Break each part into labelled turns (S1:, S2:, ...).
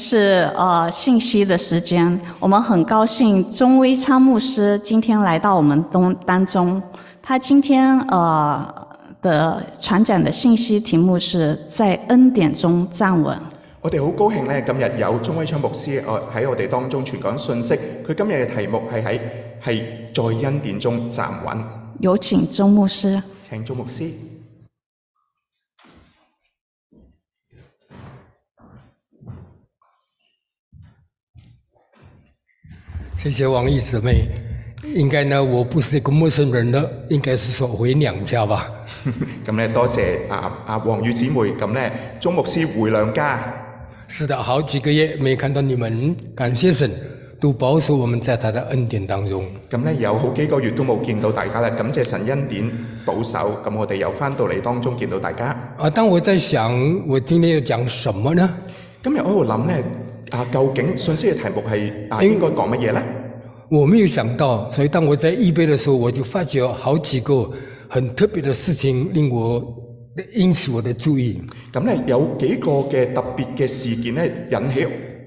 S1: 是呃信息的时间，我们很高兴钟威昌牧师今天来到我们东当中。他今天呃的传讲的信息题目是在恩典中站稳。
S2: 我哋好高興咧，今日有鐘威昌牧師我喺我哋當中傳講信息。佢今日嘅題目係喺係在恩典中站穩。
S1: 有请钟牧师。，
S2: 請鐘牧 師，
S3: 谢谢王毅姊妹。应该呢，我不是一个陌生人了，应该是说回娘家吧。
S2: 咁咧多謝阿阿黃宇姊妹。咁咧，鐘牧師回娘家。
S3: 是的，好几个月没看到你们，感谢神，都保守我们在他的恩典当中。
S2: 咁咧有好幾個月都冇見到大家啦，感謝神恩典保守。咁我哋又翻到嚟當中見到大家。
S3: 啊，当我在想我今天要讲什么呢？
S2: 今日我喺度諗咧，啊究竟信息嘅題目係啊應該講乜嘢咧？
S3: 我没有想到，所以当我在预备的时候，我就发觉好几个很特别的事情令我呃引起我的注意。
S2: 咁咧有幾個嘅特別嘅事件咧引起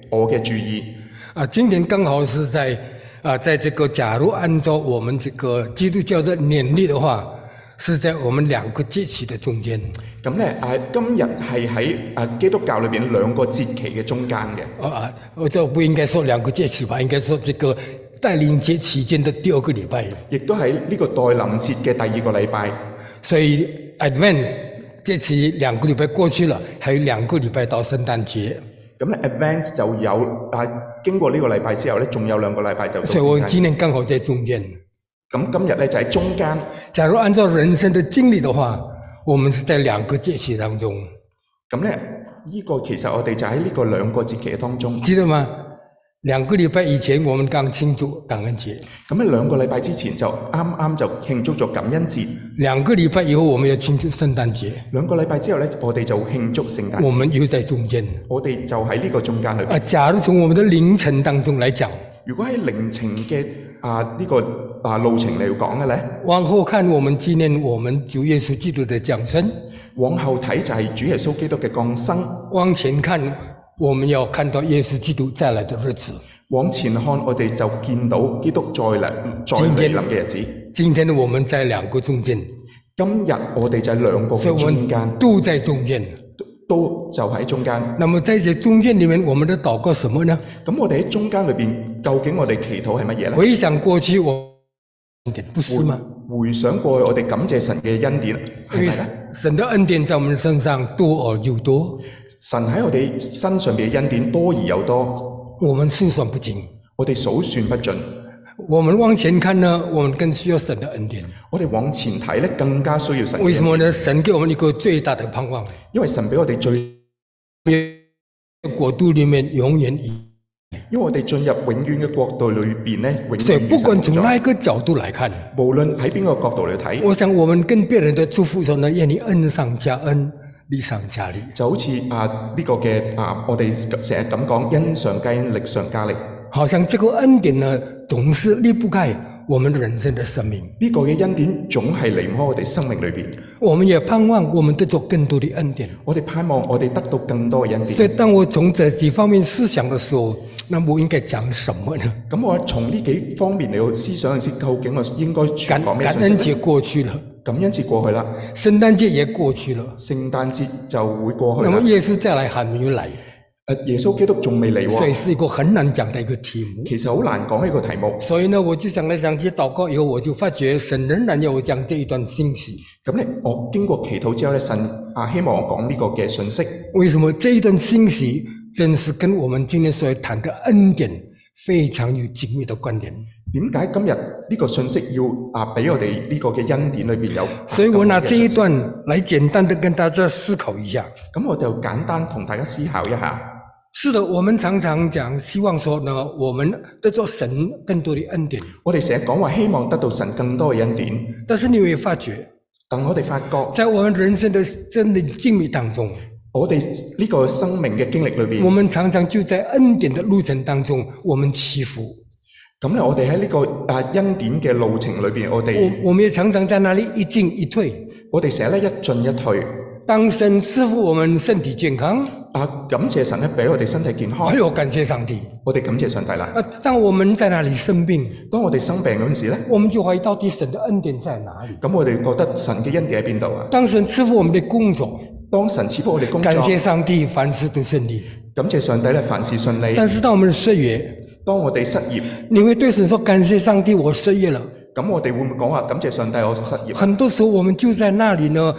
S2: 我嘅注意。
S3: 啊，今年刚好是在啊，在这个假如按照我们这个基督教的年历的话，是在我们两个节期的中间。
S2: 咁咧誒，今日係喺誒基督教裏邊兩個節期嘅中間嘅。
S3: 啊，我就不应该说两个节期吧，应该说这个带领节期间的第二个礼拜。
S2: 亦都喺呢個代林節嘅第二個禮拜，
S3: 所以 Advent 这期两个礼拜过去了，还有两个礼拜到圣诞节。
S2: 咁咧 Advance 就有啊，經過呢個禮拜之後咧，仲有兩個禮拜就到
S3: 所以我
S2: 聖誕
S3: 今年刚好在中间。
S2: 咁今日咧就喺中間，
S3: 假如按照人生的经历的话，我们是在两个节期当中。
S2: 咁咧呢個其實我哋就喺呢個兩個節期嘅當中。
S3: 记得吗？两个礼拜以前，我们刚庆祝感恩节；
S2: 咁咧兩個禮拜之前就啱啱就慶祝咗感恩節，
S3: 两个礼拜以后，我们要庆祝聖誕節。
S2: 兩個禮拜之後咧，我哋就慶祝聖誕
S3: 我
S2: 節。
S3: 们又在中间。
S2: 我哋就喺呢個中間裏邊。
S3: 啊，假如从我们的凌晨当中来讲，
S2: 如果喺凌程嘅啊呢個啊路程嚟講嘅咧。
S3: 往后看，我们纪念我们主耶稣基督的降生；
S2: 往後睇就係主耶穌基督嘅降生，
S3: 往前看，我们要看到耶稣基督再来的日子。
S2: 往前看我哋就見到基督再嚟再
S3: 今天
S2: 嚟臨嘅日子。
S3: 今天我们在兩個中間，
S2: 今日我哋就係兩個
S3: 所以
S2: 嘅
S3: 我
S2: 中間
S3: 们，都在中間。
S2: 都都就喺中間。
S3: 那么在这中間里面，我们的祷告什么呢？
S2: 咁我哋喺中間裏邊，究竟我哋祈禱係乜嘢呢？
S3: 回想過去，我不是吗？
S2: 回想過去，我哋感謝神嘅恩典，係咪
S3: 因为
S2: 呢
S3: 神的恩典在我们身上多而又多，
S2: 神喺我哋身上邊嘅恩典多而又多，
S3: 我们数算不尽。
S2: 我哋數算不盡。
S3: 我们往前看呢，我们更需要神的恩典。
S2: 我哋往前睇咧，更加需要神嘅恩
S3: 为什
S2: 典，
S3: 么呢？神给我们一个最大的盼望，
S2: 因為神俾我哋最，
S3: 国度里面永远一。
S2: 因為我哋進入永遠嘅國度裏邊咧，永
S3: 所以
S2: 遠與
S3: 不
S2: 神
S3: 管
S2: 同
S3: 从
S2: 在
S3: 哪一个角度来看，
S2: 無論喺邊個角度嚟睇，
S3: 我想我们跟别人的祝福说呢，愿你恩上加恩，力上加力。
S2: 就好似啊呢個嘅啊，我哋成日咁講，恩上加恩，力上加力。呢、
S3: 好像这个恩典呢，总是离不开我们人生的生命。
S2: 個嘅恩典總係離唔開我哋生命裏邊。
S3: 我们也盼望我们得着更多的恩典。
S2: 我哋盼望我哋得到更多嘅恩
S3: 所
S2: 典。
S3: 以，当我从这几方面思想的时候，那么我应该讲什么呢？
S2: 咁我從呢幾方面嚟到思想陣時，究竟我應該
S3: 感
S2: 傳講咩
S3: 感
S2: 信
S3: 恩
S2: 息呢？
S3: 节过去了，
S2: 感恩節過去啦，
S3: 圣诞节也过去了，
S2: 聖誕節就會過去
S3: 那
S2: 啦
S3: 么。耶稣再来还没有来，
S2: 誒耶穌基督仲未嚟
S3: 所以
S2: 喎，
S3: 是一个很难讲的一个题目。
S2: 其實好難講呢個題目。
S3: 所以呢，我就想来想去祷告以后，我就发觉神仍然要我讲这一段信息。
S2: 咁咧，我經過祈禱之後咧，神啊希望我講呢個嘅信息。
S3: 为什么这一段信息真是跟我们今天所谈的恩典非常有紧密的关联？
S2: 點解今日呢個信息要啊俾我哋呢個嘅恩典裏邊有？
S3: 所以我拿这一段来简单的跟大家思考一下。
S2: 咁我就簡單同大家思考一下。
S3: 是的，我们常常讲，希望说呢，我们得到神更多的恩典。
S2: 我哋成日講話希望得到神更多嘅恩典，
S3: 但是你会发觉，
S2: 但我哋發覺
S3: 在我们人生的真的经历当中，
S2: 我哋呢個生命嘅經歷裏
S3: 我
S2: 邊，
S3: 们常常就在恩典的路程当中，我们祈福，
S2: 咁咧我哋喺呢個啊恩典嘅路程裏邊，我哋
S3: 我我们也常常在那里一进一退。
S2: 我哋成日咧一進一退。
S3: 当神赐福我们身体健康，
S2: 啊，感謝神咧，俾我哋身體健康
S3: 哎，呦，感谢上帝！
S2: 我哋感謝上帝啦。
S3: 啊，当我们在哪里生病，
S2: 當我哋生病嗰陣時咧，
S3: 我们就怀疑到底神的恩典在哪里。
S2: 咁我哋覺得神嘅恩典喺邊度啊？
S3: 当神赐福我们的工作，
S2: 當神賜福我哋工作，
S3: 感谢
S2: 感
S3: 上帝，凡事都顺利。
S2: 謝上帝咧，凡事順利。
S3: 但是当我们失业，
S2: 當我哋失業，
S3: 你会对神说：“感谢上帝，我失业了。
S2: 咁我哋會唔會講話感謝上帝我失”業？
S3: 很多时候我们就在那里呢，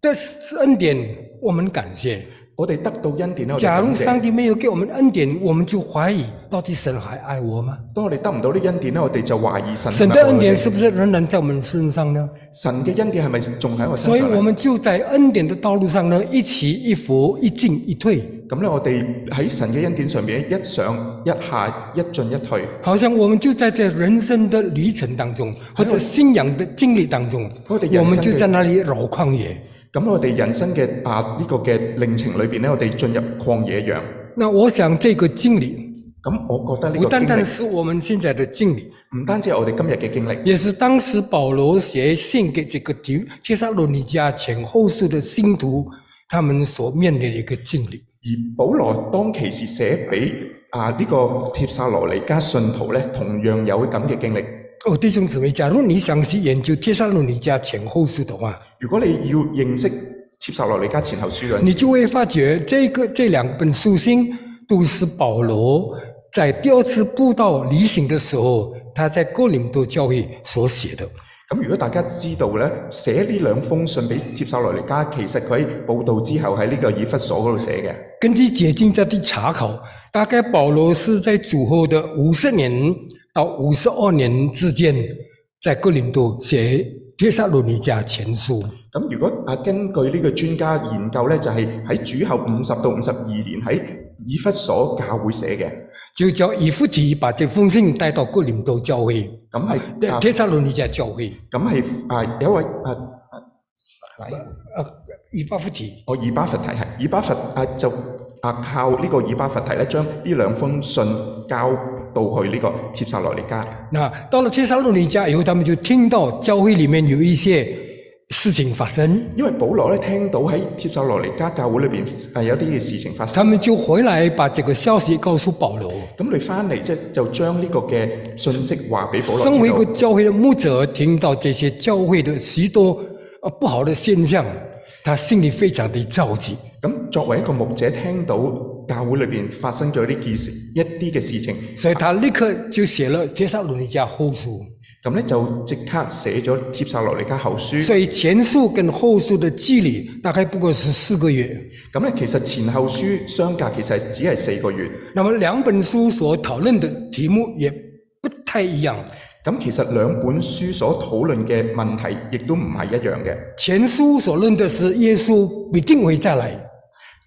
S3: 但是恩典我们感谢。
S2: 我哋得到恩典咧，我哋
S3: 假如
S2: 感
S3: 上
S2: 謝。
S3: 帝没有给我们恩典，我们就怀疑到底神还爱我吗？
S2: 當我哋得唔到啲恩典咧，我哋就懷疑神
S3: 神
S2: 係咪
S3: 的
S2: 愛我
S3: 恩
S2: 哋
S3: 典是不是仍然在我们身上呢？
S2: 神嘅恩典係咪仲喺我身
S3: 所以，
S2: 上
S3: 我
S2: 咧？
S3: 们就在恩典的道路上呢，一起一伏，一进一退，
S2: 咁咧，我哋喺神嘅恩典上面一上一下，一進一退，
S3: 好像我们就在这人生的旅程当中，或者信仰的经历当中，
S2: 或者人生
S3: 我们就在那里绕旷野。
S2: 咁我哋人生嘅啊呢、個嘅令程裏邊咧，我哋進入曠野羊。
S3: 那我想，这个经历
S2: 咁我覺得呢
S3: 不
S2: 個
S3: 单
S2: 經歷
S3: 单是我们现在的经历，
S2: 唔單止係我哋今日嘅經歷，
S3: 也是当时保罗写信给这个提帖撒罗尼迦前后世的信徒，他们所面临的一个经历。
S2: 而保羅當其時寫俾啊呢、個帖撒羅尼加信徒咧，同樣有咁嘅經歷。
S3: 哦，弟兄姊妹，假如你想去研究帖撒罗尼迦前后世的话，
S2: 如果你要認識帖撒羅尼加前後書嗰陣
S3: 你就会发觉这个这两本书信都是保罗在第二次布道旅行的时候，他在哥林多教会所写的。
S2: 咁如果大家知道咧，寫呢兩封信俾帖撒羅尼加，其實佢喺報道之後喺呢個以弗所嗰度寫嘅。
S3: 根据解经家的查考，大概保罗是在主后的五十年到五十二年之间，在哥林多写帖撒罗尼迦前书。
S2: 咁如果啊根據呢個專家研究咧，就係、喺主後五十到五十二年喺以弗所教會寫嘅。
S3: 就叫以弗提把这封信带到哥林多教会，
S2: 咁係啊
S3: 帖撒罗尼迦教会。
S2: 咁係啊有一位啊啊嚟
S3: 呃，以巴弗提
S2: 我以巴佛提係以巴佛啊就啊靠呢個以巴佛提咧，將呢兩封信交到去呢個帖撒羅尼加。
S3: 那到了帖撒罗尼迦以后，他们就听到教会里面有一些事情发生，
S2: 因為保羅咧聽到喺帖撒羅尼加教會裏邊係呃有啲嘅事情發生，
S3: 他们就回来把这个消息告诉保罗。
S2: 咁佢翻嚟即係就將呢個嘅信息話俾保
S3: 身为一
S2: 羅
S3: 个
S2: 知道。
S3: 教会的牧者，听到这些教会的许多呃不好的现象，他心里非常的着急。
S2: 咁作為一個牧者，聽到教會裏邊發生咗呢件事一啲嘅事情，
S3: 所以他立刻就写了《帖撒罗尼迦后书
S2: 咁咧就即刻寫咗帖撒羅尼加後》，書。
S3: 所以前书跟后书的距离大概不过是四个月。
S2: 咁咧其實前後書相隔其實只係四個月。
S3: 那么两本书所讨论的题目也不太一样。
S2: 咁其實兩本書所討論嘅問題，亦都唔係一樣嘅。
S3: 前书所论的是耶稣必定会再来，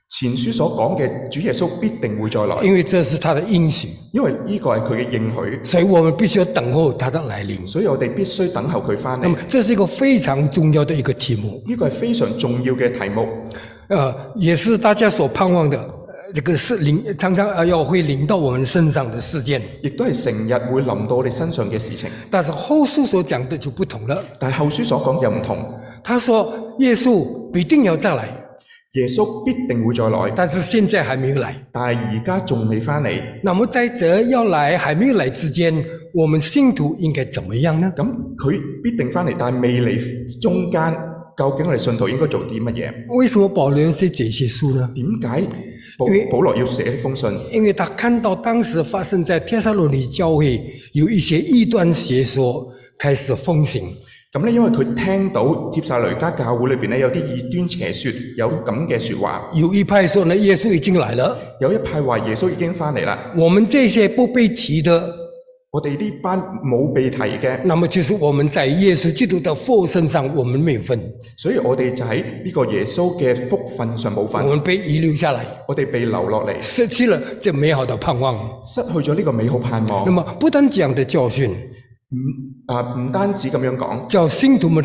S2: 前書所講嘅主耶穌必定會再來，
S3: 因为这是他的应许，
S2: 因為呢個係佢嘅應許，
S3: 所以我们必須要等候他的来临。
S2: 所以我哋必須等候佢翻
S3: 那
S2: 嚟
S3: 么。这是一个非常重要的一个题目，
S2: 呢個係非常重要嘅題目，
S3: 呃，也是大家所盼望的，呃这个是临常常呃要会临到我们身上的事件。
S2: 亦都係成日會臨到我哋身上嘅事情。
S3: 但是后书所讲的就不同了，
S2: 但係後書所講又唔同，
S3: 他说耶稣必定要再来，
S2: 耶穌必定會再來，
S3: 但是现在还没有来。
S2: 但係而家仲未翻嚟。
S3: 那么在这要来还没有来之间，我们信徒应该怎么样呢？
S2: 咁佢必定翻嚟，但係未嚟中間，究竟我哋信徒應該做啲乜嘢？
S3: 为什么保罗要写这些书呢？
S2: 點解保
S3: 因為
S2: 保羅要寫呢封信？
S3: 因为他看到当时发生在帖撒罗尼教会有一些异端邪说开始风行，
S2: 咁咧，因為佢聽到帖撒雷加教會裏邊咧有啲異端邪說，有咁嘅説話，
S3: 有一派说呢，耶稣已经来了，
S2: 有一派話耶穌已經翻嚟啦。
S3: 我们这些不被提的，
S2: 我哋呢班冇被提嘅，
S3: 那么就是我们在耶稣基督的父身上我们没有份，
S2: 所以我哋就喺呢個耶穌嘅福分上冇份
S3: 我，们被遗留下来，
S2: 我哋被留落嚟，
S3: 失去了这美好的盼望。
S2: 失去咗呢個美好盼望
S3: 那。么不单这样的教训，
S2: 啊，唔單止咁樣講，
S3: 叫信徒们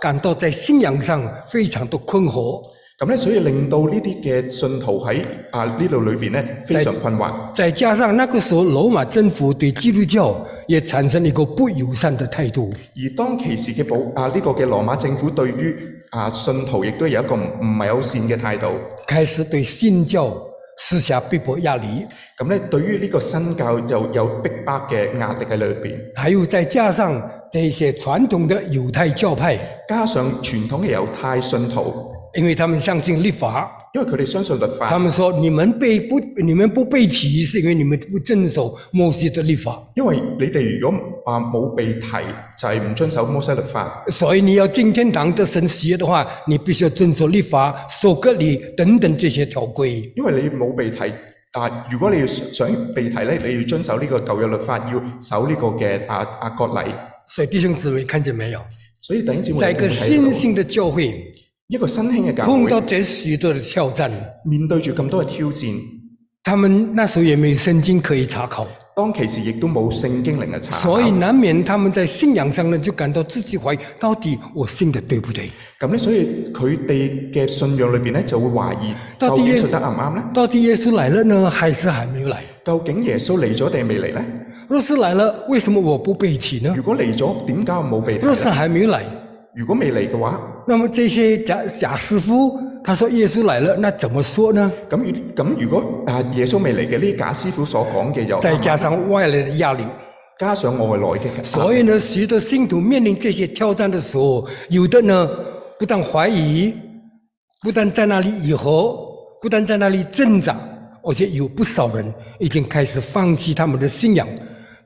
S3: 感到在信仰上非常的困惑，
S2: 咁咧，所以令到呢啲嘅信徒喺啊呢度裏邊咧非常困惑，
S3: 再加上那个时候罗马政府对基督教也产生一个不友善的态度，
S2: 而當其時嘅保啊呢、個嘅羅馬政府對於啊信徒亦都有一個唔唔係友善嘅態度。
S3: 开始对信教施加逼迫压力，
S2: 咁咧，對於呢個新教又有逼迫嘅壓力喺裏邊，
S3: 还有再加上这些传统的犹太教派，
S2: 加上傳統嘅猶太信徒，
S3: 因为他们相信律法，
S2: 因為佢哋相信律
S3: 他
S2: 法，
S3: 们说你们被不你们不被提，是因为你们不遵守摩西的律法，
S2: 因為你哋如果啊冇被提，就係、唔遵守摩西律法，
S3: 所以你要进天堂得神喜悦的话，你必须要遵守律法、守割礼等等这些条规。
S2: 因為你冇被提。啊！如果你要想被提咧，你要遵守呢個舊約律法，要守呢個嘅啊啊割禮。
S3: 所以弟兄姊妹看见没有，
S2: 所以弟兄姊妹，
S3: 在一
S2: 你
S3: 个
S2: 會睇
S3: 新
S2: 到
S3: 兴的教会
S2: 一個新興嘅教
S3: 碰到
S2: 會，
S3: 这许多的挑战，
S2: 面對住咁多嘅挑戰，
S3: 他们那时候也沒有圣经可以查考。
S2: 當其時亦都冇聖經靈嘅查考
S3: 所以难免他们在信仰上呢，就感到自己怀疑，到底我信的对不对？
S2: 咁咧，所以佢哋嘅信仰裏面咧就會懷疑，
S3: 到
S2: 究
S3: 底
S2: 竟
S3: 耶
S2: 信得啱唔啱咧？
S3: 到底耶稣来了呢，还是还没有来？
S2: 究竟耶穌嚟咗定未嚟呢？
S3: 若是来了，为什么我不被提呢
S2: 如？果嚟咗，點解我冇被提
S3: 若是
S2: 呢？
S3: 还没有来，
S2: 如果未嚟嘅話，
S3: 那么这些假假师傅他说耶稣来了，那怎么说呢？
S2: 咁如咁如果啊耶穌未嚟嘅呢假師傅所講嘅又
S3: 再
S2: 啱
S3: 加上外来的压力，
S2: 加上外來嘅，
S3: 所以呢，许多信徒面临这些挑战的时候，有的呢不但怀疑，不但在那里以后，不但在那里挣扎，而且有不少人已经开始放弃他们的信仰，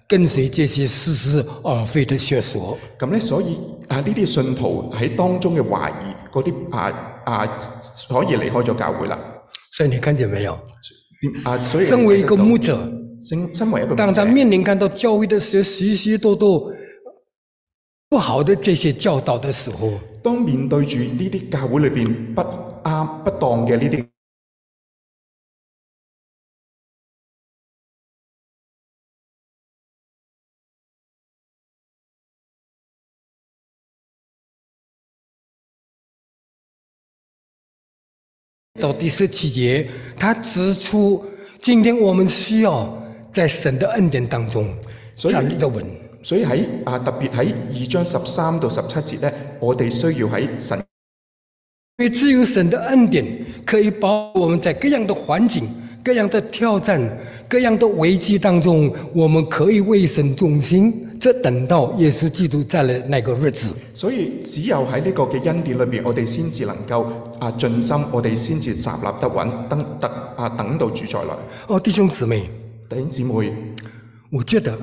S3: 跟随这些似是而非的学说。
S2: 咁咧，所以啊呢啲信徒喺當中嘅懷疑嗰啲啊啊，所以離開咗教會啦。
S3: 所以你看见没有？
S2: 啊，所以
S3: 身为一个牧
S2: 牧，
S3: 者，
S2: 身身為一個
S3: 当
S2: 牧
S3: 他
S2: 者
S3: 面临看到教会的许许许多多不好的这些教导的时候，
S2: 當面對住呢啲教會裏面不啱不當嘅呢啲。
S3: 到第十七节，他指出，今天我们需要在神的恩典当中
S2: 所以
S3: 站立得稳。
S2: 所以喺啊特別喺二章十三到十七節咧，我哋需要喺神
S3: 因为只有神的恩典，可以保我们在各样的环境、各样的挑战、各样的危机当中，我们可以为神忠心。这等到耶稣基督再来那个日子。
S2: 所以只有喺呢個嘅恩典裏面，我哋先至能夠啊盡心，我哋先至站立得穩，等等啊等到主再來。
S3: 哦，弟兄姊妹，
S2: 弟兄姊妹，
S3: 我觉得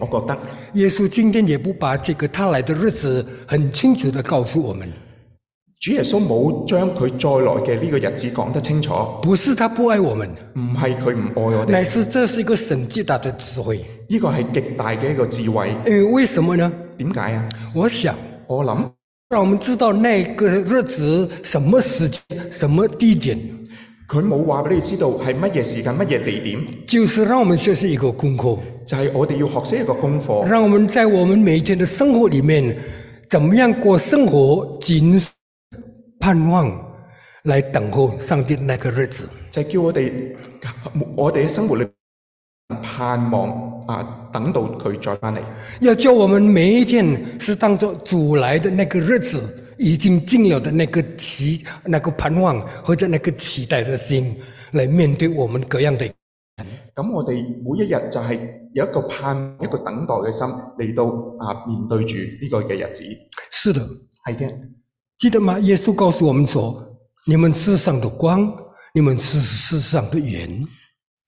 S2: 我覺得
S3: 耶稣今天也不把这个他来的日子很清楚的告诉我们，
S2: 主耶穌冇將佢再來嘅呢個日子講得清楚，
S3: 不是他不爱我们，
S2: 唔係佢唔愛我哋，
S3: 乃是这是一個神巨大的智慧。
S2: 呢個係極大嘅一個智慧。
S3: 因为为什么呢？
S2: 點解啊？
S3: 我想
S2: 我諗
S3: 让我们知道那个日子什么时间、什么地点，
S2: 佢冇話俾你知道係乜嘢時間、乜嘢地點，
S3: 就是让我们学习一个功课，
S2: 就係、我哋要學識一個功課。
S3: 让我们在我们每一天的生活里面，怎么样过生活，谨慎盼望来等候上帝的那个日子。
S2: 就係叫我哋，我哋嘅生活裏盼望啊，等到佢再翻嚟，
S3: 要叫我们每一天是当作主来的那个日子，已经尽了的那个期、那个盼望或者那个期待的心，来面对我们各样的。
S2: 咁我哋每一日就係有一個盼，一個等待嘅心嚟到啊，面對住呢個嘅日子。
S3: 是的，
S2: 係嘅，
S3: 记得吗？耶稣告诉我们说：“你们世上的光，你们是世上的盐。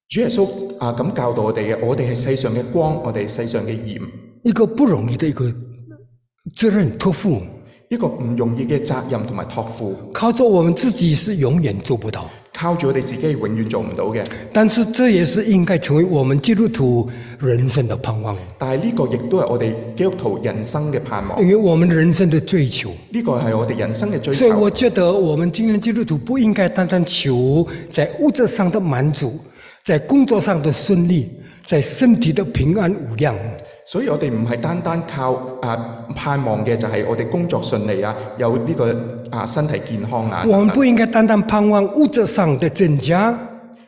S2: 主耶穌啊咁教導我哋嘅，我哋係世上嘅光，我哋係世上嘅鹽，”
S3: 一个不容易的一个责任托付，
S2: 一個唔容易嘅責任同埋托付，
S3: 靠着我们自己是永遠做不到。
S2: 靠住我哋自己永遠做唔到嘅。
S3: 但是这也是应该成为我们基督徒人生的盼望，
S2: 但係呢個亦都係我哋基督徒人生嘅盼望，
S3: 因为我们人生的追求。
S2: 呢個係我哋人生嘅追
S3: 所以我
S2: 求。
S3: 觉得，我们今天基督徒不应该单单求在物质上的满足，在工作上的顺利，在身体的平安无恙。
S2: 所以我哋唔係單單靠啊盼望嘅就係我哋工作順利啊，有呢、個啊身體健康啊，
S3: 我们不
S2: 等
S3: 应该单单盼望物质上的增加，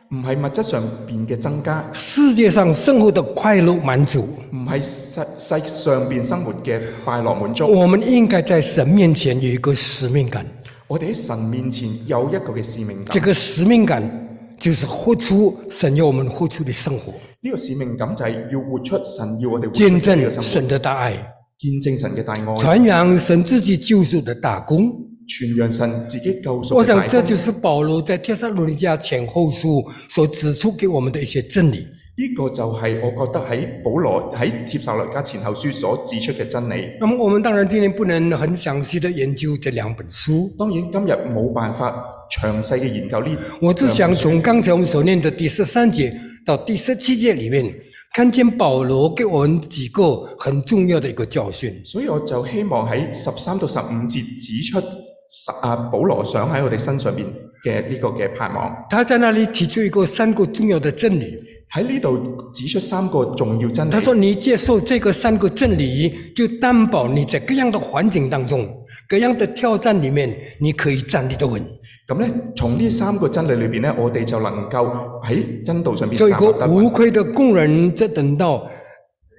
S2: 等唔係物質上邊嘅增加，
S3: 世界上生活的快乐满足。
S2: 唔係世世上邊生活嘅快樂滿足。
S3: 哦我们应该在神面前有一个使命感，
S2: 我哋喺神面前有一個嘅使命
S3: 这
S2: 感。
S3: 个使命感就是活出神要我们活出的生活，
S2: 呢、個使命感就係要活出神要我哋活出
S3: 见
S2: 嘅呢
S3: 证
S2: 個生活，
S3: 神的大爱，
S2: 見證神嘅大愛，
S3: 传扬神自己救赎的大功。
S2: 傳揚神自己救贖
S3: 我
S2: 嘅大
S3: 想这
S2: 愛。
S3: 就是保罗在帖撒罗尼迦前后书所指出给我们的一些真理。
S2: 呢個就係我覺得喺保羅喺帖撒羅尼迦前後書所指出嘅真理。
S3: 那么我们当然今天不能很详细的研究这两本书，
S2: 當然今日冇辦法詳細嘅研究呢，
S3: 我只想从刚才我们所念的第十三节到第十七节里面，看见保罗给我们几个很重要的一个教训。
S2: 所以我就希望喺十三到十五節指出十啊保羅想喺我哋身上面嘅呢個嘅盼望。
S3: 他在那里提出一个三个重要的真理，
S2: 喺呢度指出三個重要真理
S3: 他。说：“你接受这个三个真理，就担保你在各样的环境当中、各样的挑战里面，你可以站立得稳，
S2: 咁咧，從呢三個真理裏邊咧，我哋就能夠喺真道上面
S3: 做一
S2: 站立
S3: 个
S2: 得
S3: 无
S2: 穩，
S3: 愧的工人，这等到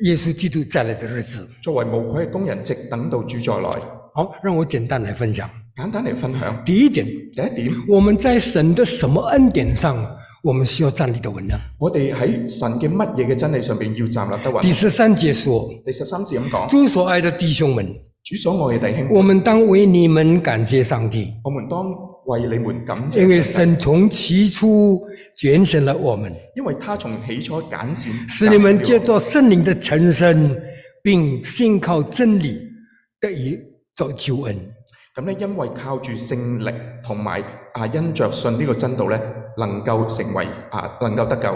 S3: 耶稣基督再来的日子。
S2: 作為無愧嘅工人，直等到主再來。”
S3: 好，让我简单来分享。
S2: 簡單嚟分享，
S3: 第一点，
S2: 第一點，
S3: 我们在神的什么恩典上，我们需要站立得稳呢？
S2: 我哋喺神嘅乜嘢嘅真理上面要站立得
S3: 第
S2: 穩。
S3: 十三节说
S2: 第十三節咁：“講，
S3: 主所爱的弟兄们，
S2: 主所愛嘅弟兄，
S3: 我们当为你们感谢上帝，
S2: 我們當為你們感
S3: 因为
S2: 謝神，
S3: 神从起初拣选了我们。”
S2: 因為他從起初揀選，
S3: 使你们借着圣灵的成身，并信靠真理，得以做救恩。
S2: 咁咧，因為靠住聖力同埋啊因着信呢個真道咧，能夠成為啊能夠得救。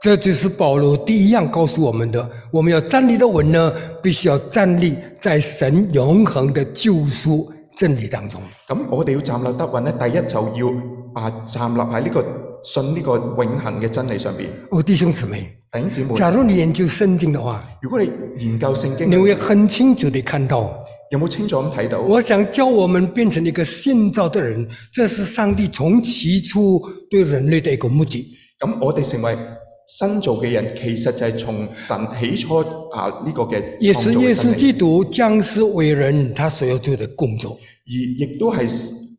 S3: 这就是保罗第一样告诉我们的：我们要站立的稳呢，必须要站立在神永恒的救赎真理当中。
S2: 咁我哋要站立得穩咧，第一就要啊站立喺呢、個信呢個永恆嘅真理上邊。
S3: 哦，弟兄姊妹，
S2: 弟兄姊妹，
S3: 假如你研究圣经的话，
S2: 如果你研究聖經
S3: 你，会很清楚地看到，
S2: 有冇清楚咁睇到？
S3: 我想教我们变成一个信造的人，这是上帝从起初对人类的一个目的。
S2: 咁我哋成為新造嘅人，其實就係從神起初啊呢、個嘅
S3: 也
S2: 創
S3: 是
S2: 造
S3: 耶
S2: 嘅
S3: 稣
S2: 真理，
S3: 基督将是为人他所要做的工作。
S2: 而亦都係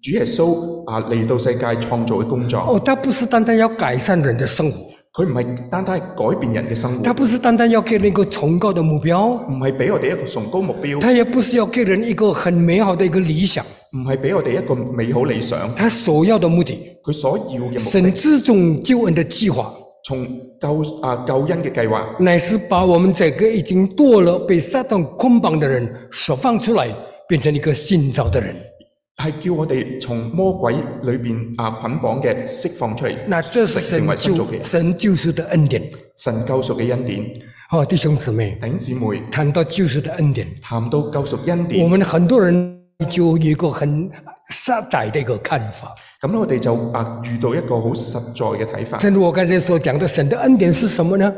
S2: 主耶穌啊嚟到世界創造嘅工作。
S3: 哦，他不是单单要改善人的生活，
S2: 佢唔係單單係改變人嘅生活
S3: 他。不是单单要给人一个崇高的目标，
S2: 唔係俾我哋一個崇高目標，
S3: 他也不是要给人一个很美好的一个理想。
S2: 唔係俾我哋一個美好理想。
S3: 他所要的目的，
S2: 佢所要嘅目
S3: 神
S2: 的，
S3: 这种救恩的计划，
S2: 從救啊救恩嘅計劃，
S3: 乃是把我们这个已经堕落、被撒旦捆绑的人释放出来，变成一个信造的人。
S2: 係叫我哋從魔鬼裏邊啊捆綁嘅釋放出嚟，
S3: 那这是
S2: 成
S3: 神
S2: 為新造嘅
S3: 救
S2: 人
S3: 神救赎的恩典。
S2: 神救贖嘅恩典。
S3: 好、弟兄姊妹，
S2: 弟兄姊妹，
S3: 谈到救赎的恩典，
S2: 談到救贖恩
S3: 我
S2: 典，
S3: 们很多人就有一个很狭窄的一个看法。
S2: 咁我哋就啊遇到一個好實在嘅睇法。
S3: 正如我刚才所讲的，神的恩典是什么呢？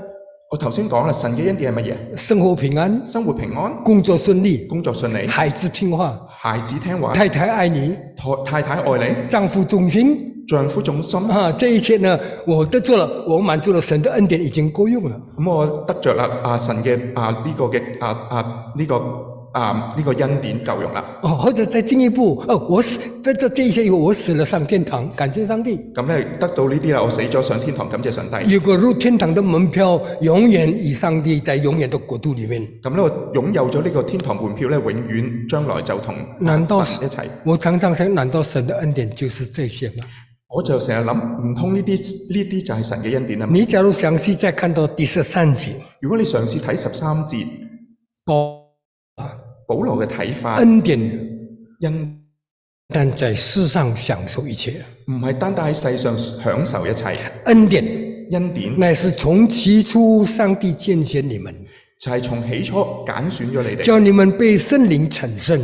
S2: 我頭先講啦，神嘅恩典係乜嘢？
S3: 生活平安，
S2: 生活平安，
S3: 工作顺利，
S2: 工作順利，
S3: 孩子听话，
S2: 孩子聽話，
S3: 啊太太爱你，
S2: 太太愛你，
S3: 丈夫忠心
S2: 丈夫重心。
S3: 啊！这一切呢，我都做了，我满足了神的恩典，已经够用了。
S2: 咁我得着啦，啊神嘅啊呢、個嘅啊啊呢、個啊呢、個恩典夠用啦。
S3: 哦，或者再进一步，哦，我死在这这一切以后，我死了上天堂，感谢上帝。
S2: 咁咧得到呢啲啦，我死咗上天堂，感謝上帝。
S3: 有个入天堂的门票，永远与上帝在永远的国度里面。
S2: 咁咧我擁有咗呢個天堂門票咧，永遠將來就同
S3: 难道
S2: 神一齊。
S3: 我常常想，难道神的恩典就是这些吗？
S2: 我就成日諗，唔通呢啲呢啲就係神嘅恩典啊？
S3: 你假如详细再看到第十三节，
S2: 如果你嘗試睇十三節
S3: 哦，
S2: 保羅嘅睇法，
S3: 恩典，
S2: 恩
S3: 但在世上享受一切。
S2: 唔係單單喺世上享受一切，
S3: 恩典
S2: 恩典
S3: 乃是从起初上帝拣选你们，
S2: 就係從起初揀選咗你哋，
S3: 叫你们被圣灵产生，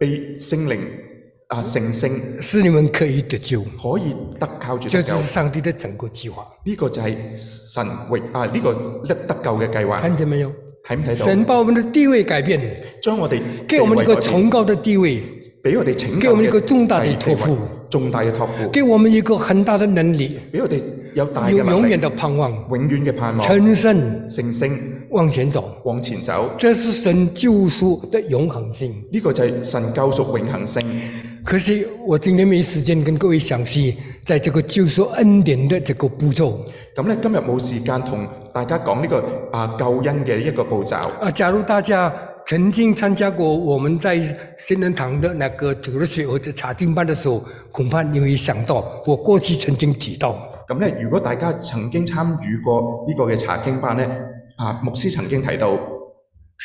S2: 被聖靈啊聖聖
S3: 使你们可以得救。
S2: 可以得靠住
S3: 这
S2: 得
S3: 就
S2: 救
S3: 是。上帝的整个计划，
S2: 呢個就係神榮啊！呢、個得得救嘅計劃，
S3: 看见没有？
S2: 睇唔睇到？
S3: 神把我们的地位改变，
S2: 將我哋
S3: 给我们一
S2: 地
S3: 个
S2: 位改變
S3: 崇高的地位，
S2: 俾我哋拯救嘅
S3: 給我們一個重大的託付
S2: 地位，重大嘅託付，
S3: 给我们啊一个很大的能力，
S2: 俾我哋有大
S3: 有
S2: 嘅能
S3: 永
S2: 力
S3: 远，的盼望，
S2: 永遠嘅盼望，
S3: 成圣
S2: 成聖
S3: 往前走。
S2: 往前走。
S3: 这是神救赎的永恒性。
S2: 呢、個就係神救贖永恆性。
S3: 可是我今天没时间跟各位详细在这个救赎恩典的这个步骤
S2: 咁咧今日冇時間同大家講呢、個啊救恩嘅一個步驟。
S3: 啊。假如大家曾经参加过我们在新人堂的那个主日学或者查经班的时候，恐怕你会想到我过去曾经提到，
S2: 咁咧，如果大家曾經參與過呢個嘅查經班咧，啊牧師曾經提到，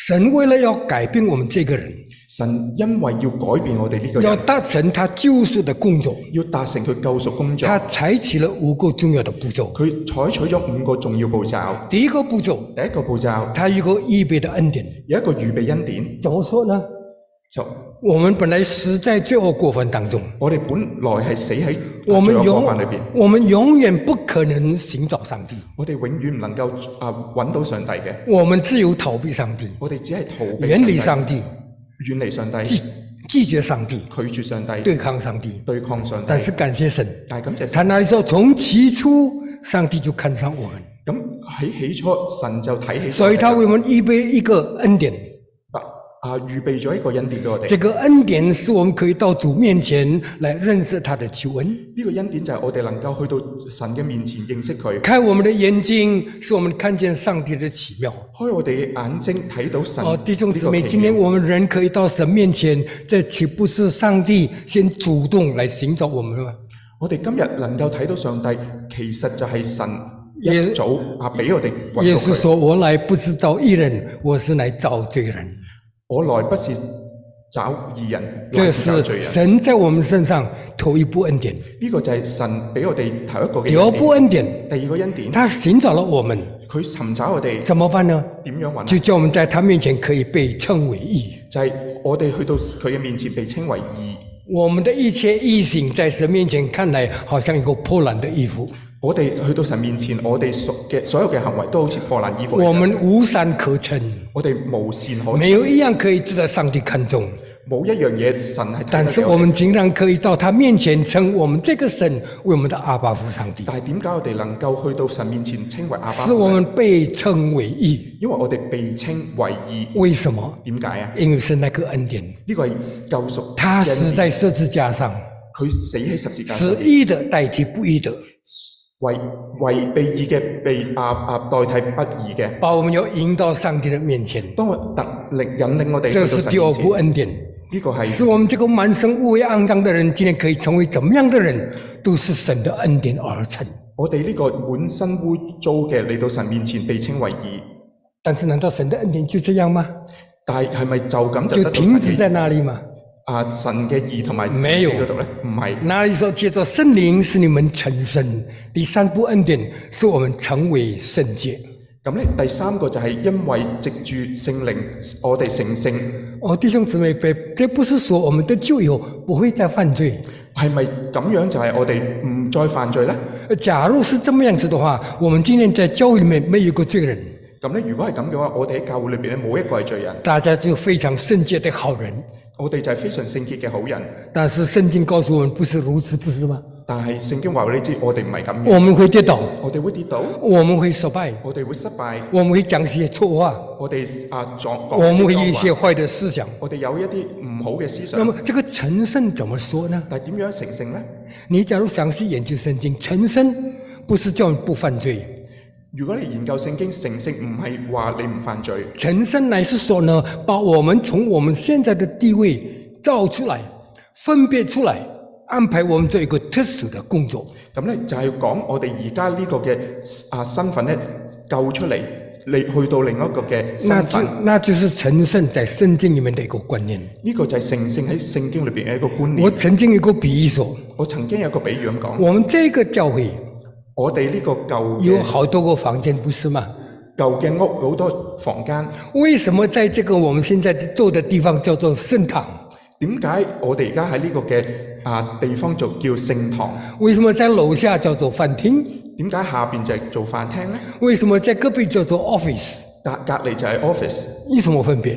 S3: 神为了要改变我们这个人，
S2: 神因為要改變我哋呢個
S3: 要
S2: 人，
S3: 达成他救赎的工作，
S2: 要達成佢救贖工作，
S3: 他采取了五个重要的步骤。
S2: 佢採取咗五個重要步驟。
S3: 第一个步骤，
S2: 第一個步驟
S3: 他有一个预备的恩典，
S2: 有一個預備恩典，
S3: 怎么说呢？
S2: 就
S3: 我们本来死在罪恶过犯当中，
S2: 我哋本來係死喺
S3: 我
S2: 啊罪惡
S3: 们永
S2: 過犯裏邊，
S3: 我们永远不可能寻找上帝，
S2: 我哋永遠唔能夠啊揾到上帝嘅，
S3: 我们只有逃避上帝，
S2: 我哋只係逃避
S3: 远离
S2: 上
S3: 上帝，
S2: 帝，遠離上帝，
S3: 拒拒绝上帝，
S2: 拒絕上帝，
S3: 对抗上帝。
S2: 對抗上帝
S3: 但。是感谢神，
S2: 但係咁就
S3: 他那里说从起初上帝就看上我们，
S2: 咁喺起初神就睇起
S3: 所以他
S2: 上帝
S3: 为我们预备一个恩典，
S2: 啊啊預備咗一個恩典俾我哋。
S3: 这个恩典是我们可以到主面前来认识他的求恩。
S2: 呢個恩典就係我哋能夠去到神嘅面前認識佢，
S3: 开我们的眼睛，使我们看见上帝的奇妙。
S2: 開我哋嘅眼睛睇到神。
S3: 哦，弟兄姊妹，
S2: 呢個奇
S3: 今天
S2: 妙
S3: 我们人可以到神面前，这岂不是上帝先主动来寻找我们吗？
S2: 我哋今日能夠睇到上帝，其實就係神
S3: 耶
S2: 一早啊俾我哋揾到
S3: 耶稣
S2: 佢。
S3: 说：“我来不是找义人，我是来找罪人。
S2: 我來不是找義人”，
S3: 这
S2: 乃是找罪
S3: 是
S2: 人。
S3: 神在我们身上头一步恩典，
S2: 呢個就係神俾我哋頭一個
S3: 第二
S2: 嘅
S3: 步
S2: 恩
S3: 恩典，
S2: 典。第二個恩典，
S3: 他寻找了我们，
S2: 佢尋找我哋
S3: 怎麼辦呢？
S2: 點樣揾
S3: 就
S2: 啊？
S3: 叫我们在他面前可以被称为义。
S2: 就係我哋去到佢嘅面前被稱為義。
S3: 我们的一切异行，在神面前看来好像一个破烂的衣服，
S2: 我哋去到神面前，我哋所嘅所有嘅行為都好似破爛衣服一樣。
S3: 我们无善可陈，
S2: 我哋無善可
S3: 没有一样可以值得上帝看重。
S2: 冇一樣嘢神係睇得
S3: 但是
S2: 到
S3: 我
S2: 嘅
S3: 们竟然可以到他面前称我们这个神为我们的阿爸父上帝，
S2: 但係點解我哋能夠去到神面前稱為阿爸
S3: 使
S2: 父
S3: 我
S2: 呢？
S3: 们被称为义。
S2: 因為我哋被稱為義。
S3: 为什么？
S2: 點解啊？
S3: 因为是那个恩典，
S2: 呢個係救贖。
S3: 他死在十字架上，
S2: 佢死喺十字架上
S3: 是，义的代替不义的，
S2: 為為被義嘅被啊啊代替不義嘅。
S3: 把我们要引到上帝的面前。
S2: 當我特力引領我哋去
S3: 这
S2: 到
S3: 是
S2: 神
S3: 第二
S2: 面
S3: 步
S2: 前，
S3: 恩典，
S2: 呢個
S3: 使
S2: 係
S3: 我们这个满身污秽肮脏的人，今天可以成为怎么样的人，都是神的恩典而成。
S2: 我哋呢個滿身污糟嘅嚟到神面前被稱為義。
S3: 但是，難道神的恩典就这样吗？
S2: 但係係咪就咁就得
S3: 就
S2: 到神
S3: 停止
S2: 嘅
S3: 在那里吗？
S2: 啊神嘅義同埋
S3: 沒有
S2: 嗰度咧？唔係。
S3: 哪里说借着圣灵使你们成圣？第三步恩典使我们成为圣洁。
S2: 咁咧，第三個就係因為藉住聖靈，我哋成聖，
S3: 哦，弟兄姊妹，别，这不是说我们的旧友不会再犯罪。
S2: 係咪咁樣就係我哋唔再犯罪呢？
S3: 呃假如是这么样子的话，我们今天在教会里面没有一个罪人，
S2: 咁咧，如果係咁嘅話，我哋喺教會裏邊咧冇一個係罪人，
S3: 大家就非常圣洁的好人。
S2: 我哋就係非常聖潔嘅好人。
S3: 但是圣经告诉我们不是如此，不是吗？
S2: 但係聖經話俾你知，我哋唔係咁嘅，
S3: 我们会跌倒，
S2: 我哋會跌倒，
S3: 我们会失败，
S2: 我哋會失敗，
S3: 我们会讲些错话，
S2: 我哋啊撞
S3: 我们会有一，
S2: 撞
S3: 些坏的思想。
S2: 我哋有一啲唔好嘅思想
S3: 那。么这个成圣怎么说呢？
S2: 但係點樣成聖呢？
S3: 你假如详细研究圣经，成圣不是叫你不犯罪，
S2: 如果你研究聖經，成聖唔係話你唔犯罪，
S3: 成圣乃是说呢，把我们从我们现在的地位造出来，分别出来，安排我们做一个特殊的工作。
S2: 咁咧就係講我哋而家呢個嘅啊身份咧救出嚟，你去到另一個嘅
S3: 那
S2: 身
S3: 就
S2: 份，
S3: 那就是成圣在圣经里面的一个观念。
S2: 呢、個就係聖聖喺聖經裏邊嘅一個觀
S3: 我
S2: 念。
S3: 曾經有个比喻说，
S2: 我曾經有個比喻咁講，
S3: 我们这个教会
S2: 我哋呢個舊
S3: 有
S2: 嘅
S3: 好多个房间，不是吗？
S2: 舊嘅屋好多房間，
S3: 为什么在这个我们现在做的地方叫做圣堂？
S2: 點解我哋而家喺呢個嘅啊地方就叫聖堂？
S3: 为什么在楼下叫做饭厅？
S2: 點解下邊就係做飯廳呢？
S3: 为什么在隔壁叫做 office？
S2: 隔隔離就係 office，
S3: 有什么分别？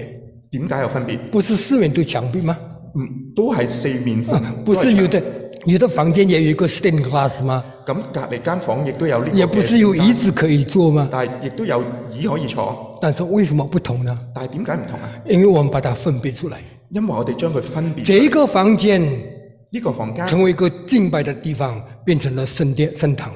S2: 點解有分別？
S3: 不是四面都墙壁吗？啊
S2: 嗯，都係四面分，
S3: 不是
S2: 都
S3: 有
S2: 係
S3: 的有的房间也有一个 stained glass 吗？
S2: 咁隔離間房亦都有呢個
S3: 也
S2: 嘅
S3: 不是有
S2: 空間
S3: 椅子可以坐吗？
S2: 但係亦都有椅可以坐，
S3: 但是为什么不同呢？
S2: 但係點解唔同啊？
S3: 因为我们把它分别出来，
S2: 因為我哋將佢分別，
S3: 这一个房间
S2: 呢個房間
S3: 成为一个敬拜的地方，变成了圣殿、圣堂。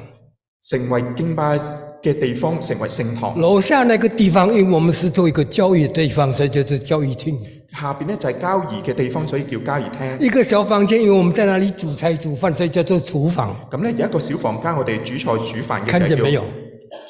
S2: 成為敬拜嘅地方，成為聖堂。
S3: 楼下那个地方，因为我们是做一个教育的地方，所以就是教育厅。
S2: 下邊呢就係交易嘅地方，所以叫交易廳。
S3: 一个小房间，因为我们在那里煮菜煮饭，所以叫做厨房。
S2: 咁呢有一個小房間，我哋煮菜煮飯
S3: 看
S2: 嘅
S3: 见
S2: 就
S3: 没有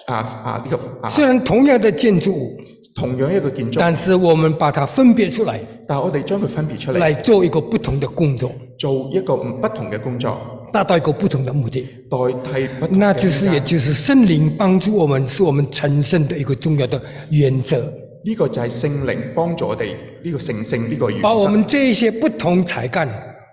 S2: 叫？啊啊呢、個啊
S3: 虽然同样的建筑物，
S2: 同樣一個建築，
S3: 但是我们把它分别出来，
S2: 但係我哋將佢分別出嚟，
S3: 来做一个不同的工作，
S2: 做一個唔不同嘅工作，
S3: 达到一个不同的目的。
S2: 代替不同
S3: 那
S2: 嘅
S3: 就是，
S2: 空
S3: 也
S2: 間
S3: 就是圣灵帮助我们，是我们成圣的一个重要的原则，
S2: 呢個就係聖靈幫助我哋呢、個聖聖呢個原
S3: 把我
S2: 則，
S3: 们这一些不同才干、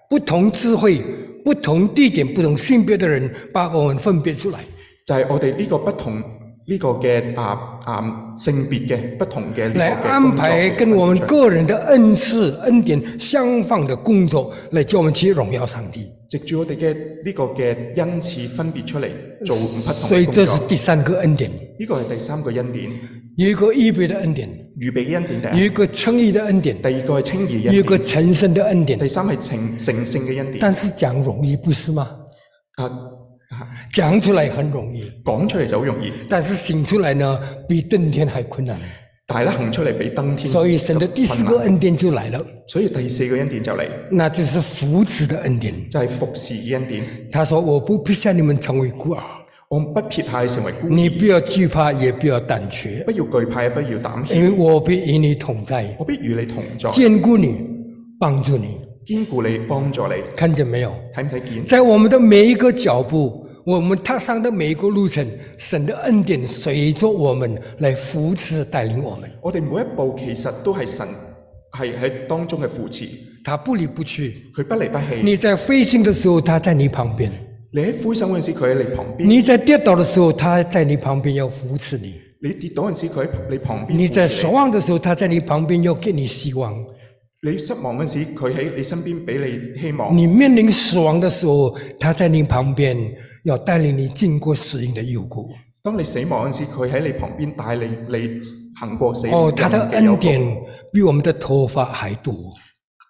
S3: 不同智慧、不同地点、不同性别的人，把我们分别出来，
S2: 就係我哋呢個不同呢、個嘅啊啊性別嘅不同嘅呢
S3: 来
S2: 個嘅
S3: 安
S2: 工作
S3: 排
S2: 嘅
S3: 跟我们
S2: 分
S3: 个人的恩赐、恩典相放的工作，来叫我们去荣耀上帝。
S2: 藉住我哋嘅呢個嘅恩賜分別出嚟做唔不同
S3: 所以
S2: 嘅
S3: 这
S2: 工
S3: 是
S2: 作。
S3: 第三个恩典，
S2: 呢個係第三個恩典，
S3: 有一个预备的恩典，
S2: 預備嘅恩典第
S3: 有
S2: 一，
S3: 一个称义的恩典，
S2: 第二個係清義
S3: 有一
S2: 恩
S3: 个
S2: 典，
S3: 成圣的恩典。
S2: 第三係成成聖嘅恩典。
S3: 但是讲容易不是吗？
S2: 啊啊
S3: 讲出来很容易，
S2: 講出嚟就好容易，
S3: 但是行出来呢，比登天还困难。
S2: 但係咧行出嚟比登天
S3: 所以神的第四
S2: 困
S3: 个
S2: 難。
S3: 恩典就来了，
S2: 所以第四個恩典就嚟，
S3: 那就是扶持的恩典。
S2: 就係、服侍嘅恩典。
S3: 他说：“我不撇下你们成为孤儿，
S2: 我不撇下你成為孤兒，
S3: 你不要惧怕，也不要胆怯，
S2: 不要懼怕，不要膽怯。
S3: 因为我必与你同在，
S2: 我必與你同在，
S3: 兼顾你，帮助你。
S2: 堅固你，幫助你。
S3: 看见没有？
S2: 睇唔睇見？
S3: 在我们的每一个脚步，我们踏上的每一个路程，神的恩典随着我们来扶持带领我们，
S2: 我哋每一步其實都係神係喺當中嘅扶持，
S3: 他不离不弃。
S2: 佢不離不棄。
S3: 你在灰心的时候，他在你旁边。”
S2: 你喺灰心嗰陣時，佢喺你旁邊；
S3: 你在跌倒的时候，他在你旁边要扶持你；
S2: 你跌倒嗰陣時，佢喺你旁邊。
S3: 你在失望的时候，他在你旁边要给你希望；
S2: 你失望嗰陣時，佢喺你身邊俾你希望。
S3: 你面临死亡的时候，他在你旁边要带领你经过死荫的幽谷。
S2: 當你死亡嗰陣時，佢喺你旁邊帶你你行過死亡
S3: 哦，
S2: 嘅
S3: 他的
S2: 幽
S3: 恩
S2: 谷
S3: 典比我们的头发还多，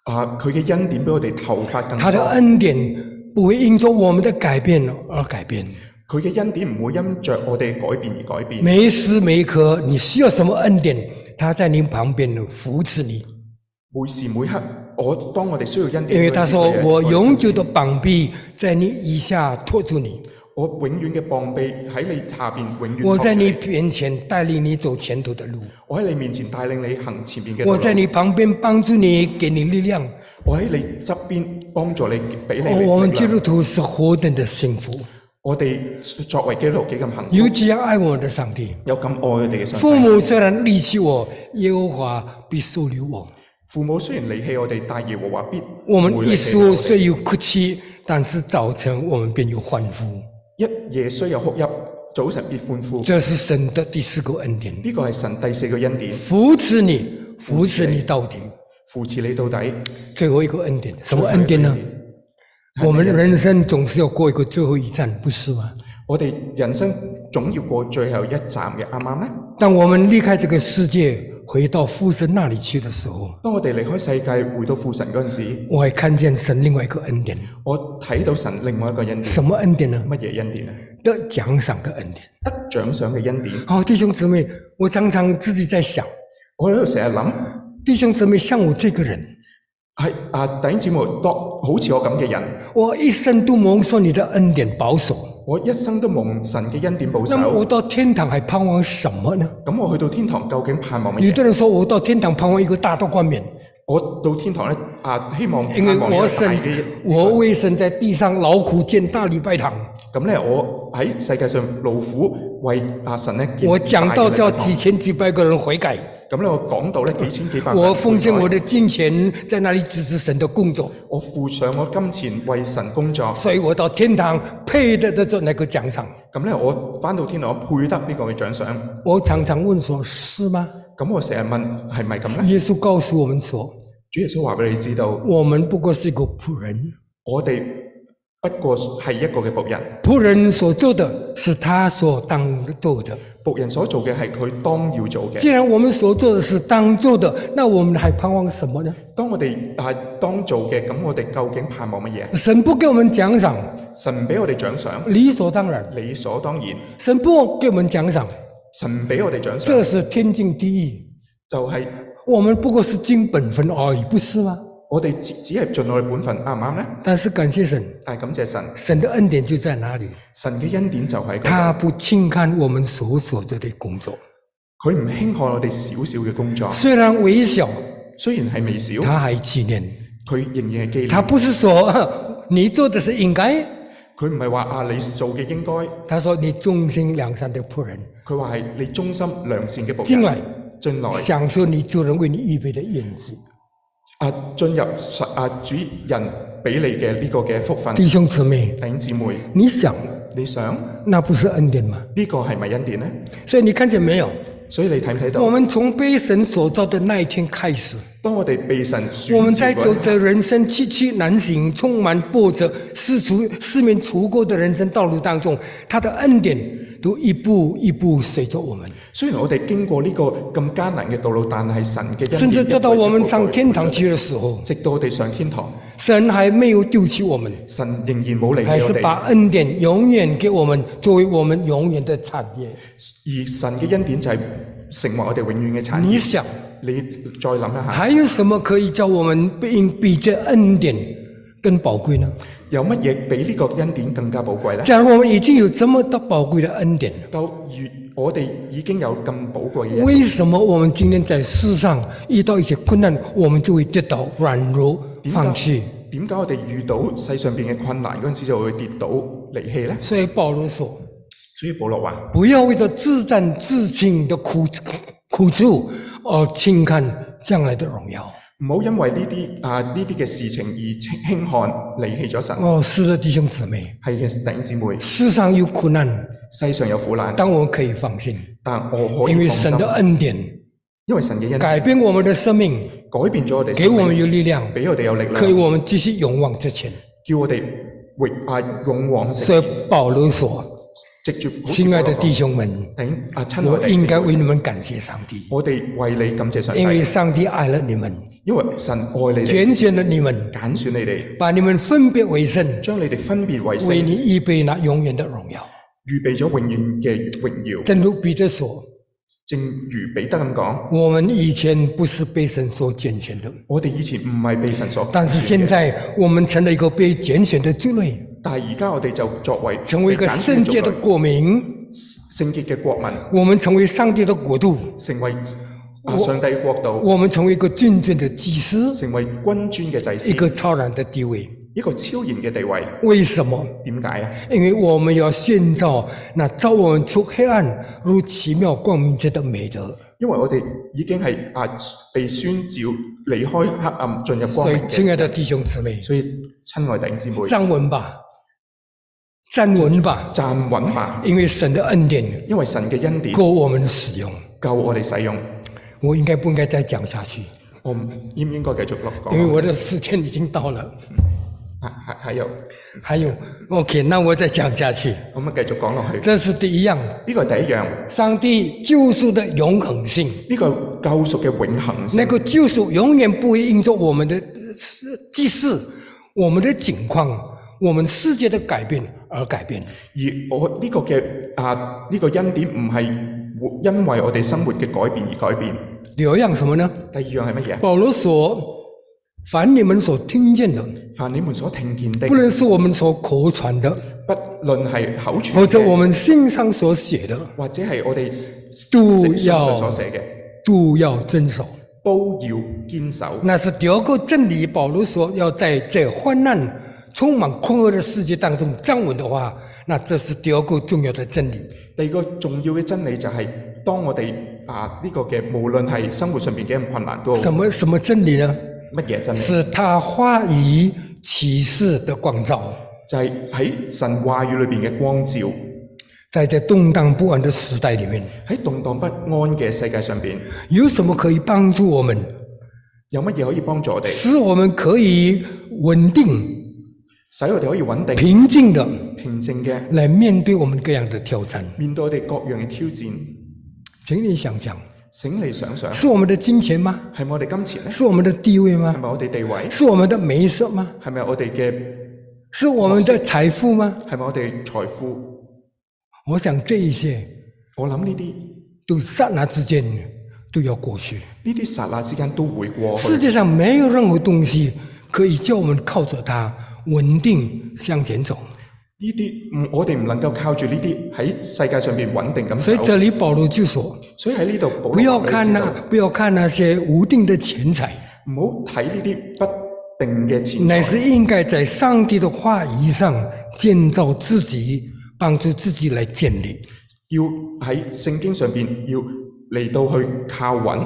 S2: 啊，佢嘅恩典比我哋頭髮更
S3: 他的
S2: 多。
S3: 恩典不会因着我们的改變而改变。
S2: 佢嘅恩典唔會因着我哋改變而改變。
S3: 每一时每一刻，你需要什么恩典，他在你旁边扶持你，
S2: 每時每刻，我當我哋需要恩
S3: 因
S2: 典
S3: 为
S2: 嗰陣
S3: 他
S2: 時，
S3: 说：“
S2: 佢喺
S3: 我
S2: 我哋
S3: 永
S2: 身
S3: 久的膀臂在你以下托住你。”
S2: 我永遠嘅膀臂喺你下邊，永遠
S3: 我在
S2: 托
S3: 你
S2: 住
S3: 面前帶領你走前头的路，
S2: 我喺你面前帶領你行前面嘅道
S3: 我
S2: 路
S3: 在你旁邊幫助你，給你力量。
S2: 我喺你側邊幫助你，俾你力
S3: 哦我們基
S2: 量。
S3: 督徒是何等的幸福，
S2: 我哋作為基督徒幾咁幸
S3: 尤
S2: 福，
S3: 其要愛我們的上帝。
S2: 有咁愛我哋嘅上
S3: 父
S2: 帝。
S3: 母雖然離棄我，耶和華必收留我。
S2: 父母雖然離棄我哋，但耶和華必
S3: 我
S2: 唔
S3: 們
S2: 會
S3: 一
S2: 離棄我哋
S3: 宿雖有哭泣，但是早晨我們便有歡呼。
S2: 一夜雖有哭泣，早晨必歡呼。
S3: 这是神的第四個恩典，
S2: 呢個係神第四個恩典，
S3: 扶持你，扶持你到底。
S2: 扶持你到底。
S3: 最後一個恩典，什麼恩典啊呢？我們人生總是要過一個最後一站，不是嗎？
S2: 我哋人生總要過最後一站嘅，啱唔啱呢？
S3: 当我们离开这个世界，回到父神那里去的时候，
S2: 當我哋離開世界，回到父神嗰陣時，
S3: 我还看见神另外一个恩典，
S2: 我睇到神另外一個恩典，
S3: 什么恩典呢？
S2: 乜嘢恩典啊？
S3: 得奖赏的恩典。
S2: 得獎賞嘅恩典，
S3: 哦，弟兄姊妹，我常常自己在想，
S2: 我喺度成日諗，
S3: 弟兄姊妹，像我这个人，
S2: 係啊弟兄姊妹，多好似我咁嘅人，
S3: 我一生都蒙受你的恩典保守，
S2: 我一生都蒙神嘅恩典保
S3: 那么我
S2: 守。
S3: 到天堂还盼望什么呢？
S2: 咁我去到天堂究竟盼望乜
S3: 有
S2: 嘢？
S3: 的人说我到天堂盼望一个大道冠冕，
S2: 我到天堂咧啊，希望
S3: 因为
S2: 盼望有
S3: 我
S2: 大
S3: 神
S2: 嘅，
S3: 我为神在地上劳苦建大礼拜堂。
S2: 咁咧，我喺世界上勞苦為阿神咧建
S3: 我讲到叫
S2: 大嘅禮
S3: 几千几百个人悔改。
S2: 堂咁咧，我講到咧幾千幾百萬
S3: 我奉献
S2: 悔
S3: 我
S2: 改
S3: 的金钱，在那里支持神的工作，
S2: 我付上我金錢為神工作，
S3: 所以我到天堂配得得着那个奖赏。
S2: 咁咧我翻到天堂我配得呢個嘅獎賞。
S3: 我常常問說：是吗？
S2: 咁我成日問係咪咁咧？
S3: 耶穌告訴我們說，
S2: 主耶穌話俾你知道，
S3: 我們不過是一个仆人，
S2: 我哋不過係一個嘅僕人，
S3: 仆人所做的是他所当做的。
S2: 僕人所做嘅係佢當要做嘅
S3: 既。然我们所做的是当做的，那我们还盼望什么呢？
S2: 當我哋啊當做嘅，咁我哋究竟盼望乜嘢？
S3: 神不给我们奖赏，
S2: 神唔俾我哋獎賞，
S3: 理所当然；
S2: 理所當然。
S3: 神不给我们奖赏，
S2: 神唔俾我哋獎賞，
S3: 这是天经地义。
S2: 就係
S3: 我们不过是尽本分而已，不是吗？
S2: 我哋只只係盡我哋本分，啱唔啱呢？
S3: 但是感谢神，
S2: 但係感謝神，
S3: 神的恩典就在哪里？
S2: 神嘅恩典就係佢，
S3: 他不轻看我们所所做的工作，
S2: 佢唔輕看我哋少少嘅工作，
S3: 虽然微小，
S2: 雖然係微小，
S3: 他还纪念。
S2: 佢仍然係記
S3: 他
S2: 念。
S3: 不是说 呵你做的是应该，
S2: 佢唔係話啊你做嘅應該，
S3: 他说你忠心良善的仆人，
S2: 佢話係你忠心良善嘅僕
S3: 进
S2: 人。
S3: 来
S2: 進來
S3: 享受你主人为你预备的宴席。
S2: 啊，進入實啊主人俾你嘅呢個嘅福分，弟
S3: 弟兄姊妹，
S2: 兄姊妹，
S3: 你想
S2: 你想
S3: 那不是恩典吗？
S2: 呢個係咪恩典呢？
S3: 所以你看见没有？
S2: 所以你睇唔睇
S3: 我
S2: 到？
S3: 们从被神所造的那一天开始，
S2: 當我哋被神選
S3: 我们
S2: 召
S3: 在
S2: 嗰
S3: 走
S2: 陣
S3: 着人生崎岖难行、充满波折、四处四面楚歌的人生道路当中，他的恩典都一步一步随着我们，
S2: 雖然我哋經過呢個咁艱難嘅道路，但係神嘅
S3: 甚
S2: 恩典
S3: 至
S2: 一步
S3: 直到我们上天堂
S2: 一步
S3: 去的时候
S2: 一步，直到我哋上天堂，
S3: 神还没有丢弃我们，
S2: 神仍然冇離
S3: 还
S2: 棄我
S3: 是把
S2: 哋。
S3: 恩典永远给我们，作为我们永远的产业。
S2: 而神嘅恩典就係成為我哋永遠嘅產
S3: 你
S2: 業。
S3: 想，
S2: 你再諗一下，
S3: 还有什么可以叫我们比比这恩典更宝贵呢？
S2: 有乜嘢比呢個恩典更加寶貴呢？
S3: 假如我们已经有这么多宝贵的恩典了。
S2: 到越我哋已經有咁寶貴嘅嘢，
S3: 为什么我们今天在世上遇到一些困难，我们就会跌倒、软弱、
S2: 点解
S3: 放弃？
S2: 點解我哋遇到世上邊嘅困難嗰陣時就會跌倒離棄呢？
S3: 所以保罗说：“
S2: 所以保羅話：
S3: 不要为着自战自清的苦苦处而轻看将来的荣耀。
S2: 唔好因為呢啲啊呢啲嘅事情而輕輕看離棄咗神”。
S3: 哦，是的，弟兄姊妹，
S2: 係嘅，弟兄姊妹，
S3: 世上有苦难，
S2: 世上有苦難。
S3: 但我们可以放心，
S2: 但我可
S3: 因
S2: 以
S3: 为
S2: 放心
S3: 神，的恩典
S2: 因為神嘅恩
S3: 改变我们的生命，
S2: 改變咗我哋
S3: 给
S2: 生
S3: 我
S2: 命，
S3: 们有力量，
S2: 俾我哋有力
S3: 可以
S2: 量，
S3: 我们继续勇往直前。
S2: 叫我哋榮啊勇往直
S3: 所以保罗说
S2: 直接。：“
S3: 亲爱的弟兄们，
S2: 頂啊親愛
S3: 我
S2: 的
S3: 应
S2: 弟
S3: 该
S2: 兄，
S3: 为你们感谢上帝。”
S2: 我哋為你感謝上
S3: 因为
S2: 帝，
S3: 上帝爱了你们，
S2: 因為神愛你哋，
S3: 拣选了你们，
S2: 揀選你哋，
S3: 把你们分别为圣，
S2: 將你哋分別為聖
S3: 为，你预备那永远的荣耀。
S2: 預備咗永遠嘅榮耀。
S3: 正如彼得说：“
S2: 正如彼得咁講，
S3: 我们以前不是被神所拣选的，
S2: 我哋以前唔係被神所，
S3: 但是现在我们成了一个被拣选的族类，
S2: 但係而家我哋就作為
S3: 成为一个圣洁的
S2: 被揀選
S3: 国民，
S2: 咗聖潔嘅國民，
S3: 我们成为上帝的国度，
S2: 成為啊上帝嘅國度，
S3: 我们成为一个尊尊的祭司，
S2: 成為君尊嘅祭
S3: 一
S2: 司。
S3: 个超然的地位。
S2: 一個超然嘅地位，
S3: 为什么？”
S2: 點解啊？
S3: 因为我们要建造那召我们出黑暗入奇妙光明之的美德。
S2: 因為我哋已經係啊被宣召離開黑暗進入光
S3: 所以
S2: 明，嘅，
S3: 亲愛的弟兄姊妹，
S2: 所以親愛弟兄姊妹，
S3: 站稳吧，站稳吧，
S2: 站穩吧，
S3: 因为神的恩典
S2: 因為神嘅恩典
S3: 够我們使用。
S2: 夠我哋使用。
S3: 我应该不应该再講下去？
S2: 我唔應唔應該繼續落
S3: 因為
S2: 講？
S3: 我的時間已經到了。
S2: 啊係係有，
S3: 還有，OK，那我再講下去。
S2: 我咁啊繼續講落去。
S3: 这是第一樣，
S2: 呢個係第一樣，
S3: 上帝救赎的永恒性。
S2: 呢個係救贖嘅永恆性
S3: 那。个救赎永远不会因着我们的呃祭祀、我们的境况、我们世界的改变而改变。
S2: 而我呢個嘅啊呢個恩典唔係因為我哋生活嘅改變而改變。
S3: 第二樣什麼呢？
S2: 第二樣係乜嘢啊？
S3: 保罗说：“凡你们所聽見的，
S2: 凡你們所聽見的
S3: 不，论是我们所口传的，
S2: 不論係口
S3: 或
S2: 傳
S3: 者
S2: 嘅。
S3: 我们信上所写的，
S2: 或者係我哋
S3: 都
S2: 聖上
S3: 要
S2: 所寫嘅，
S3: 都要遵守。
S2: 都要堅守。
S3: 那是第二个真理。保罗说，要在这患难、充满困厄的世界当中站稳的话，那这是第二个重要的真理。
S2: 第二個重要嘅真理就係、當我哋啊呢、個嘅無論係生活上面幾咁困難都好
S3: 什么什么真理呢？
S2: 乜嘢真理，
S3: 是他话语启示的光照，
S2: 就係喺神話語裏面嘅光照。
S3: 在这动荡不安的时代里面，
S2: 喺動盪不安嘅世界上面，
S3: 有什么可以帮助我们，
S2: 有乜嘢可以幫助我哋，
S3: 使我们可以稳定
S2: 使我哋可以穩定、
S3: 平静的
S2: 平靜嘅
S3: 来面对我们各样的挑战。
S2: 面對我哋各樣嘅挑戰。
S3: 请你想想，
S2: 請你想想，
S3: 是我们的金钱吗？
S2: 係咪我哋金錢呢？
S3: 是我们的地位
S2: 係
S3: 吗？
S2: 咪我哋地位？
S3: 是我们的美色吗？
S2: 係咪我哋嘅？
S3: 是我们的财富吗？
S2: 係咪我哋財富？
S3: 我想这一些
S2: 我諗呢啲
S3: 都刹那之间都要过去。
S2: 呢啲剎那之間都會過去。
S3: 世界上没有任何东西可以叫我们靠着它稳定向前走。
S2: 呢啲唔我哋唔能夠靠住呢啲喺世界上面穩定咁
S3: 所以
S2: 走。
S3: 这里保罗就说：
S2: 所以喺呢度，保羅
S3: 不要
S2: 話俾
S3: 看
S2: 你知
S3: 那、
S2: 道
S3: 不要看那些无定的钱财，
S2: 唔好睇呢啲不定嘅錢
S3: 乃
S2: 財，
S3: 是应该在上帝的话语上建造自己，帮助自己来建立。
S2: 要喺聖經上邊要嚟到去靠穩，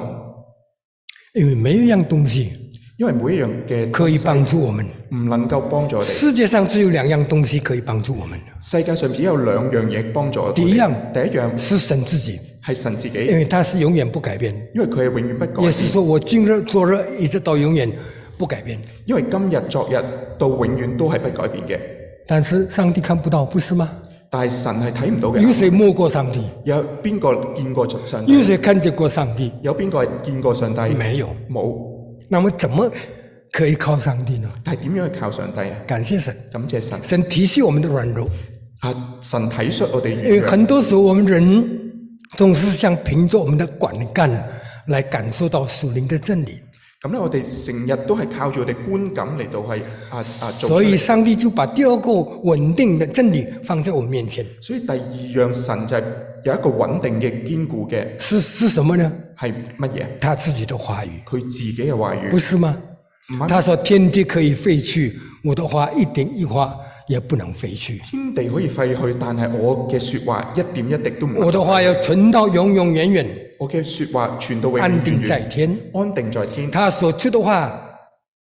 S3: 因为没有一样东西
S2: 因為每一樣嘅
S3: 可以帮助我们。
S2: 唔能夠幫助我哋。
S3: 世界上只有两样东西可以帮助我们，
S2: 世界上只有兩樣嘢幫助我哋。
S3: 第一樣
S2: 第一樣
S3: 是神自己，
S2: 係神自己
S3: 因，为他是永远不改变，
S2: 因為佢係永遠不改
S3: 也是
S2: 變，
S3: 说我今日、昨日一直到永远不改变。
S2: 因為今日、昨日到永遠都係不改變嘅。
S3: 但是上帝看不到，不是吗？
S2: 但係神係睇唔到嘅。
S3: 有谁摸过上帝？
S2: 有邊個見過上
S3: 有
S2: 帝？
S3: 谁看见过上帝？
S2: 有邊個係見過上帝？
S3: 没有。
S2: 冇。
S3: 那么怎么可以靠上帝呢？
S2: 但係點樣去靠上帝啊？
S3: 感谢神，
S2: 感謝神。
S3: 神体恤我们的软弱，
S2: 啊！神體恤我哋
S3: 因为
S2: 軟弱，
S3: 很多时候我们人总是想凭着我们的管干来感受到属灵的真理，
S2: 咁咧我哋成日都係靠住我哋觀感嚟到係啊啊做出
S3: 所以
S2: 嚟。
S3: 上帝就把第二个稳定的真理放在我们面前，
S2: 所以第二樣神就係有一個穩定嘅、堅固嘅
S3: 是是什么呢？
S2: 係乜嘢？
S3: 他自己的话语，
S2: 佢自己嘅話
S3: 不
S2: 語。
S3: 是吗？他说：“天地可以废去，我的话一点一画也不能废去。”
S2: 天地可以廢去，但係我嘅説話一點一滴都唔能
S3: 我的话要存到永永远远，
S2: 我嘅说話傳到永
S3: 安
S2: 遠
S3: 定
S2: 遠
S3: 在天。
S2: 安定在天，
S3: 他所出的话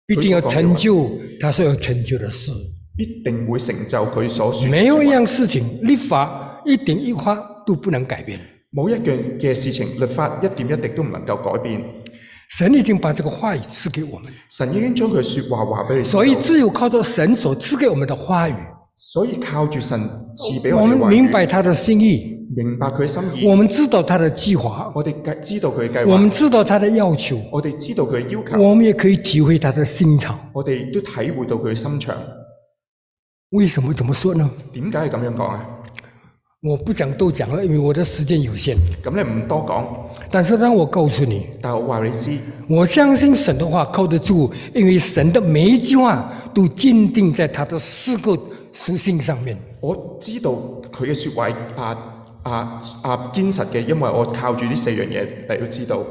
S3: 必定要成就他所要成就的事，
S2: 必定會成就佢所说。
S3: 没有一样事情立法一点一画都不能改变。
S2: 冇一樣嘅事情，律法一點一滴都唔能夠改變。
S3: 神已经把这个话语赐给我们，
S2: 神已經將佢说話話俾你知道。
S3: 所以只有靠着神所赐给我们的话语，
S2: 所以靠住神賜俾
S3: 我
S2: 我
S3: 们
S2: 哋話語
S3: 明白他的心意，
S2: 明白佢心意，
S3: 我们知道他的计划，
S2: 我哋計知道佢嘅計
S3: 我们
S2: 劃，
S3: 知道他的要求，
S2: 我哋知道佢嘅要求，
S3: 我们也可以体会他的心肠。
S2: 我哋都體會到佢嘅心腸。
S3: 为什么这么说呢？
S2: 點解係咁樣講啊？
S3: 我不讲都讲了，因为我的时间有限。
S2: 咁你唔多講，
S3: 但是让我告诉你，
S2: 但我話你知，
S3: 我相信神的话靠得住，因为神的每一句话都坚定在他的四个属性上面。
S2: 我知道佢嘅说話啊啊啊堅實嘅，因為我靠住呢四樣嘢嚟到知道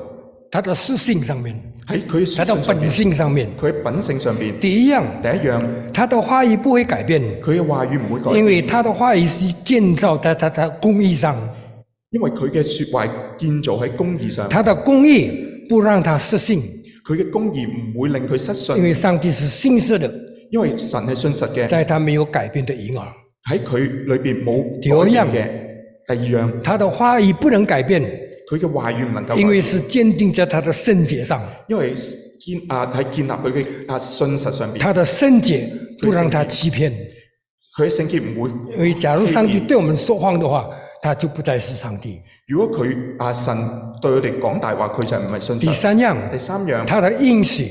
S3: 他的属性上面，
S2: 喺佢嘅書信
S3: 他的
S2: 上
S3: 本
S2: 面，
S3: 性上面，
S2: 佢嘅品性上面，第
S3: 第一样，
S2: 一樣，
S3: 他的话语不会改变，
S2: 佢嘅話語唔會改
S3: 因
S2: 變，
S3: 为他的话语是建造在他的公义上，
S2: 因為佢嘅说話建造喺公義上，
S3: 他的公义不让他失信，
S2: 佢嘅公義唔會令佢失
S3: 因
S2: 信，
S3: 为上帝是信实的，
S2: 因為神係信實嘅。
S3: 在他没有改变的婴儿，
S2: 喺佢裏邊冇
S3: 屌
S2: 改
S3: 樣
S2: 變嘅。第二樣，
S3: 他的话语不能改变，
S2: 佢嘅話語唔能夠改變，
S3: 因為是坚定在他的圣洁上。
S2: 因為建啊喺建立佢嘅啊信實上邊，
S3: 他的圣洁不让他欺骗，
S2: 佢嘅聖潔唔會。
S3: 因为假如上帝对我们说谎的话，他就不再是上帝。
S2: 如果佢啊神對佢哋講大話，佢就唔係信
S3: 第
S2: 實。
S3: 三样，
S2: 第三樣，
S3: 他的应许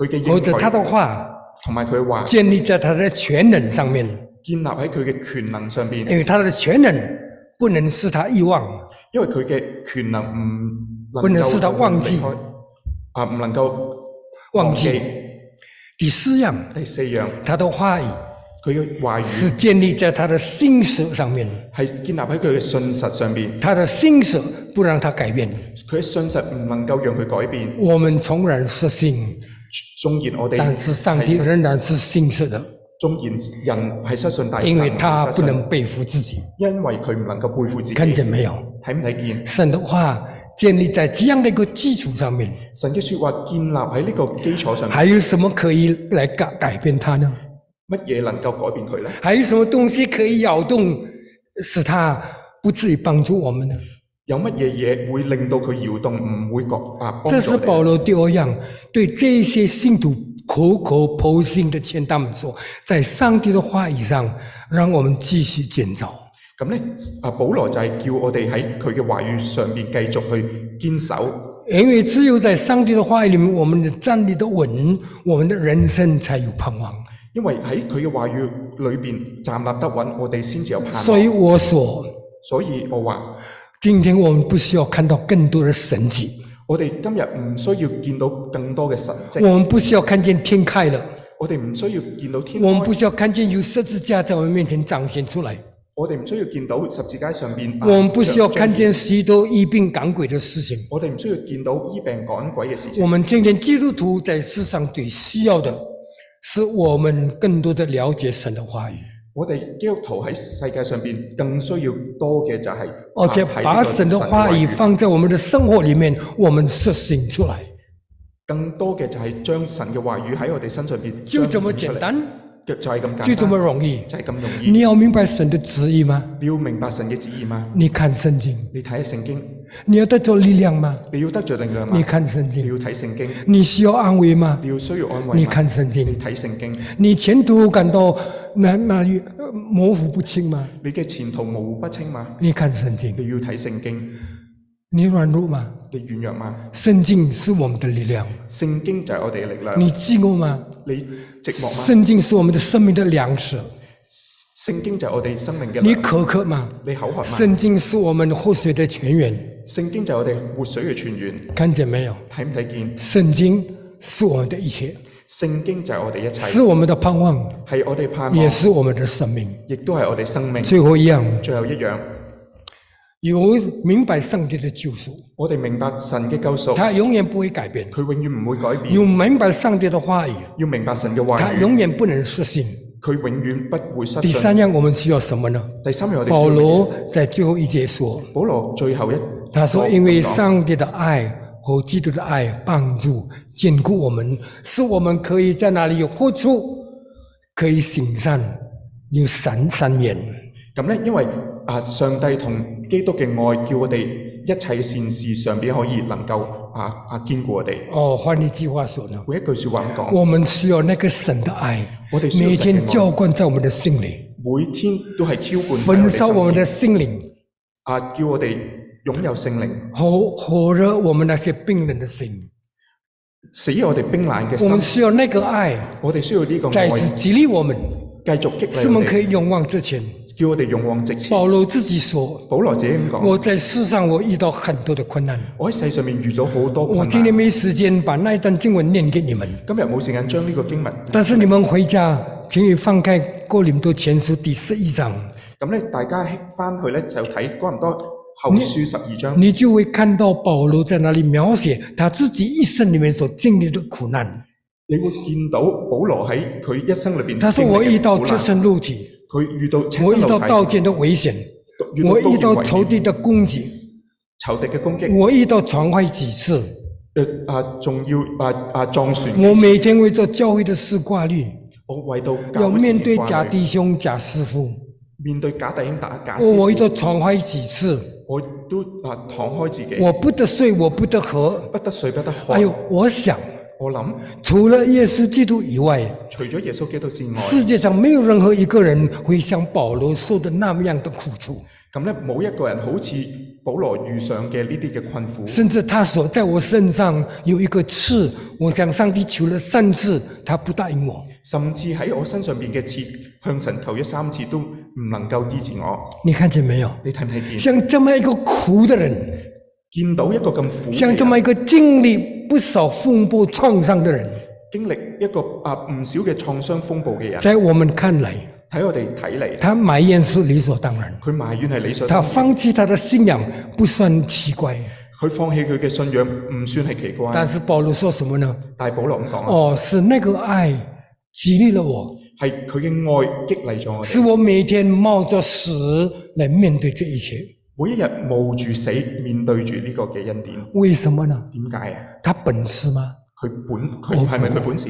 S2: 佢嘅
S3: 或
S2: 應
S3: 者他的
S2: 許
S3: 话
S2: 同埋佢嘅話
S3: 建立在他的全能上面，
S2: 建立喺佢嘅權能上邊，
S3: 因为他的全能不能使他遗忘，
S2: 因為佢嘅權能唔
S3: 不
S2: 能
S3: 能
S2: 夠
S3: 使他忘記
S2: 離開啊，唔能夠
S3: 忘记。第四样，
S2: 第四樣，
S3: 他的话语
S2: 佢嘅話
S3: 是
S2: 語
S3: 建立在他的信实上面，
S2: 係建立喺佢嘅信實上邊，
S3: 他的信实不让他改变。
S2: 佢嘅信實唔能夠讓佢改變。
S3: 我们纵然失信，
S2: 縱然我哋
S3: 但是上帝仍然是信实的。
S2: 縱然人係失信，但係
S3: 因为
S2: 神係
S3: 他不
S2: 失信
S3: 能背负自己。
S2: 因為佢唔能夠背負自己，
S3: 看
S2: 睇
S3: 见没有？
S2: 唔睇見？
S3: 神的话建立在这样的一个基础上面，
S2: 神嘅説話建立喺呢個基礎上面，
S3: 还有什么可以来改改变它呢？
S2: 乜嘢能夠改變佢呢？
S3: 还有什么东西可以摇动，使它不至于帮助我们呢？
S2: 有乜嘢嘢會令到佢搖動，唔會覺啊幫
S3: 这
S2: 助
S3: 是
S2: 我哋？
S3: 保罗第二样对这些信徒苦口婆心的劝他们说，在上帝的话语上，让我们继续建造。
S2: 咁咧，啊保羅就係叫我哋喺佢嘅話語上邊繼續去堅守，
S3: 因为只有在上帝的话语里面，我们的站立得稳，我们的人生才有盼望。
S2: 因為喺佢嘅話語裏邊站立得穩，我哋先至有盼望。
S3: 所以我说，
S2: 所以我話，
S3: 今天我们不需要看到更多的神迹，
S2: 我哋今日唔需要見到更多嘅神跡，
S3: 我们不需要看见天开了，
S2: 我哋唔需要見到天
S3: 我们不
S2: 開，
S3: 需要看见有十字架在我们面前彰显出来，
S2: 我哋唔需要見到十字架上邊。啊
S3: 我们不需要
S2: 像
S3: 看见许多医病赶鬼的事情。
S2: 我哋唔需要見到醫病趕鬼嘅事情。
S3: 我们今天基督徒在世上最需要的，是我们更多的了解神的话语，
S2: 我哋基督徒喺世界上邊更需要多嘅就係
S3: 而且
S2: 睇
S3: 哦把
S2: 到
S3: 神的
S2: 嘅
S3: 话语
S2: 語
S3: 放在我们的生活里面，我们实行出来，
S2: 更多嘅就係將神嘅話語喺我哋身上邊
S3: 就这
S2: 彰
S3: 么
S2: 顯出
S3: 简
S2: 嚟
S3: 单，
S2: 就就係咁簡單，
S3: 就这么容易。
S2: 就係咁容易。
S3: 你要明白神的旨意吗？
S2: 你要明白神嘅旨意嘛？
S3: 你看圣经，
S2: 你睇下聖經，
S3: 你要得着力量吗？
S2: 你要得着力量嘛
S3: 你？看圣
S2: 你
S3: 经，
S2: 要睇聖經，
S3: 你需要安慰吗？
S2: 你要需要安慰嘛。
S3: 你看圣
S2: 你
S3: 经，
S2: 睇聖經，
S3: 你前途感到那那呃模糊不清吗？
S2: 你嘅前途模糊不清嘛？
S3: 你看圣经，
S2: 你要睇聖經，
S3: 你软弱吗？
S2: 你軟弱嘛？
S3: 圣经是我们的力量。
S2: 聖經就係我哋嘅力量。
S3: 你寂寞吗？
S2: 你寂寞嘛？
S3: 圣经是我们的生命的粮食。
S2: 聖經就係我哋生命嘅
S3: 你
S2: 糧。
S3: 口渴吗？
S2: 你口渴嘛？
S3: 圣经是我们活水的泉源。
S2: 聖經就係我哋活水嘅泉源。
S3: 看见没有？
S2: 睇唔睇見？
S3: 圣经是我们的一切，
S2: 聖經就係我哋一切
S3: 是，我们的盼望，
S2: 係我哋盼
S3: 也
S2: 望，
S3: 是我们的生命。
S2: 亦都係我哋生命。
S3: 最后一样，
S2: 最後一樣，
S3: 有明白上帝的救赎，
S2: 我哋明白神嘅救贖，
S3: 他永远不会改变；
S2: 佢永遠唔會改變。
S3: 有明白上帝的话语，
S2: 要明白神嘅話
S3: 他
S2: 語。
S3: 永远不能失信。
S2: 佢永遠不會失
S3: 第
S2: 信。
S3: 三样，我们需要什么呢？
S2: 第三樣我哋
S3: 保
S2: 需要
S3: 罗在最后一节说
S2: 保羅最後一，：“
S3: 他说，因为上帝的爱和基督的爱帮助、坚固我们，使我们可以在哪里有付出，可以行善，有善善言。
S2: 咁咧，因為啊，上帝同基督嘅愛叫我哋一切善事上邊可以能夠啊啊堅固我哋。”
S3: 哦，换一句话说呢，
S2: 每一句説話咁講，
S3: 我们需要那个神的爱
S2: 我得，需要
S3: 每
S2: 神的
S3: 天
S2: 爱
S3: 浇灌在我们的心里，
S2: 每天都係澆灌
S3: 焚烧我们
S2: 哋
S3: 的心灵，
S2: 啊，叫我哋擁有聖靈，
S3: 火火热我们那些病人的心。
S2: 使我哋冰冷嘅
S3: 我
S2: 心。
S3: 们需要那个爱，
S2: 我哋需要呢個
S3: 再
S2: 愛
S3: 次激励我们，
S2: 繼續激勵
S3: 使我
S2: 我
S3: 们可
S2: 哋，
S3: 以勇往直前。
S2: 叫我哋勇往直前。
S3: 保罗自己说。
S2: 保羅自己咁講，
S3: 我在世上我遇到很多的困难，
S2: 我喺世上面遇到好多
S3: 我
S2: 困
S3: 今天
S2: 難，
S3: 没时间把那一段经文念给你们，
S2: 今日冇時間將呢個經文。
S3: 但是你们回家，请你翻开《哥林多前书》第十一章，
S2: 咁咧，大家翻去咧就睇哥林多後書十二章，
S3: 你就会看到保罗在那里描写他自己一生里面所经历的苦难。
S2: 你會見到保羅喺佢一生裏邊
S3: 他说：“
S2: 經歷嘅
S3: 我遇到
S2: 苦
S3: 赤
S2: 難
S3: 身露体，
S2: 佢遇到赤身
S3: 我遇到
S2: 露體
S3: 刀剑的危险，
S2: 遇
S3: 我遇
S2: 刀
S3: 到
S2: 劍
S3: 仇敌的攻击，
S2: 仇敵嘅攻擊，
S3: 我遇到船坏几次，
S2: 誒啊，仲要啊啊撞船嘅
S3: 我
S2: 事，
S3: 每天为做教会的事挂虑，
S2: 我為到教
S3: 要
S2: 會
S3: 面对
S2: 事件
S3: 假
S2: 掛慮，
S3: 弟兄、假师傅。”
S2: 面對假弟兄打假師
S3: 我
S2: 傅
S3: 我遇到闯坏几次，
S2: 我都啊敞開自己，
S3: 我不得睡，我不得喝。
S2: 不得睡不得喝。
S3: 哎呦，我想，
S2: 我諗
S3: 除了耶稣基督以外，
S2: 除咗耶穌基督之外，
S3: 世界上没有任何一个人会像保罗受的那么样的苦楚，
S2: 咁咧冇一個人好似保羅遇上嘅呢啲嘅困苦。
S3: 甚至他所在我身上有一个刺，我向上帝求了三次，他不答应我。
S2: 甚至喺我身上邊嘅刺，向神求咗三次都唔能夠醫治我。
S3: 你看见没有？
S2: 你睇唔睇見？
S3: 像这么一个苦的人，
S2: 見到一個咁苦嘅
S3: 像
S2: 人
S3: 这么一个经历不少风波创伤的人，
S2: 經歷一個啊唔少嘅創傷風暴嘅人，
S3: 在我们看来，
S2: 睇我哋睇嚟，
S3: 他埋怨是理所当然。
S2: 佢埋怨係理所當
S3: 他
S2: 然，
S3: 放弃他的信仰不算奇怪，
S2: 佢放棄佢嘅信仰唔算係奇怪。
S3: 但是保罗说什么呢？
S2: 但係保羅咁講啊，
S3: 哦，是那个爱激励了我，
S2: 係佢嘅愛激勵咗我
S3: 使
S2: 哋，
S3: 我每天冒着死来面对这一切。
S2: 每一日冒住死面對住呢個嘅恩典。
S3: 为什么呢？
S2: 點解啊？
S3: 他本事吗？
S2: 佢本佢係咪佢本事？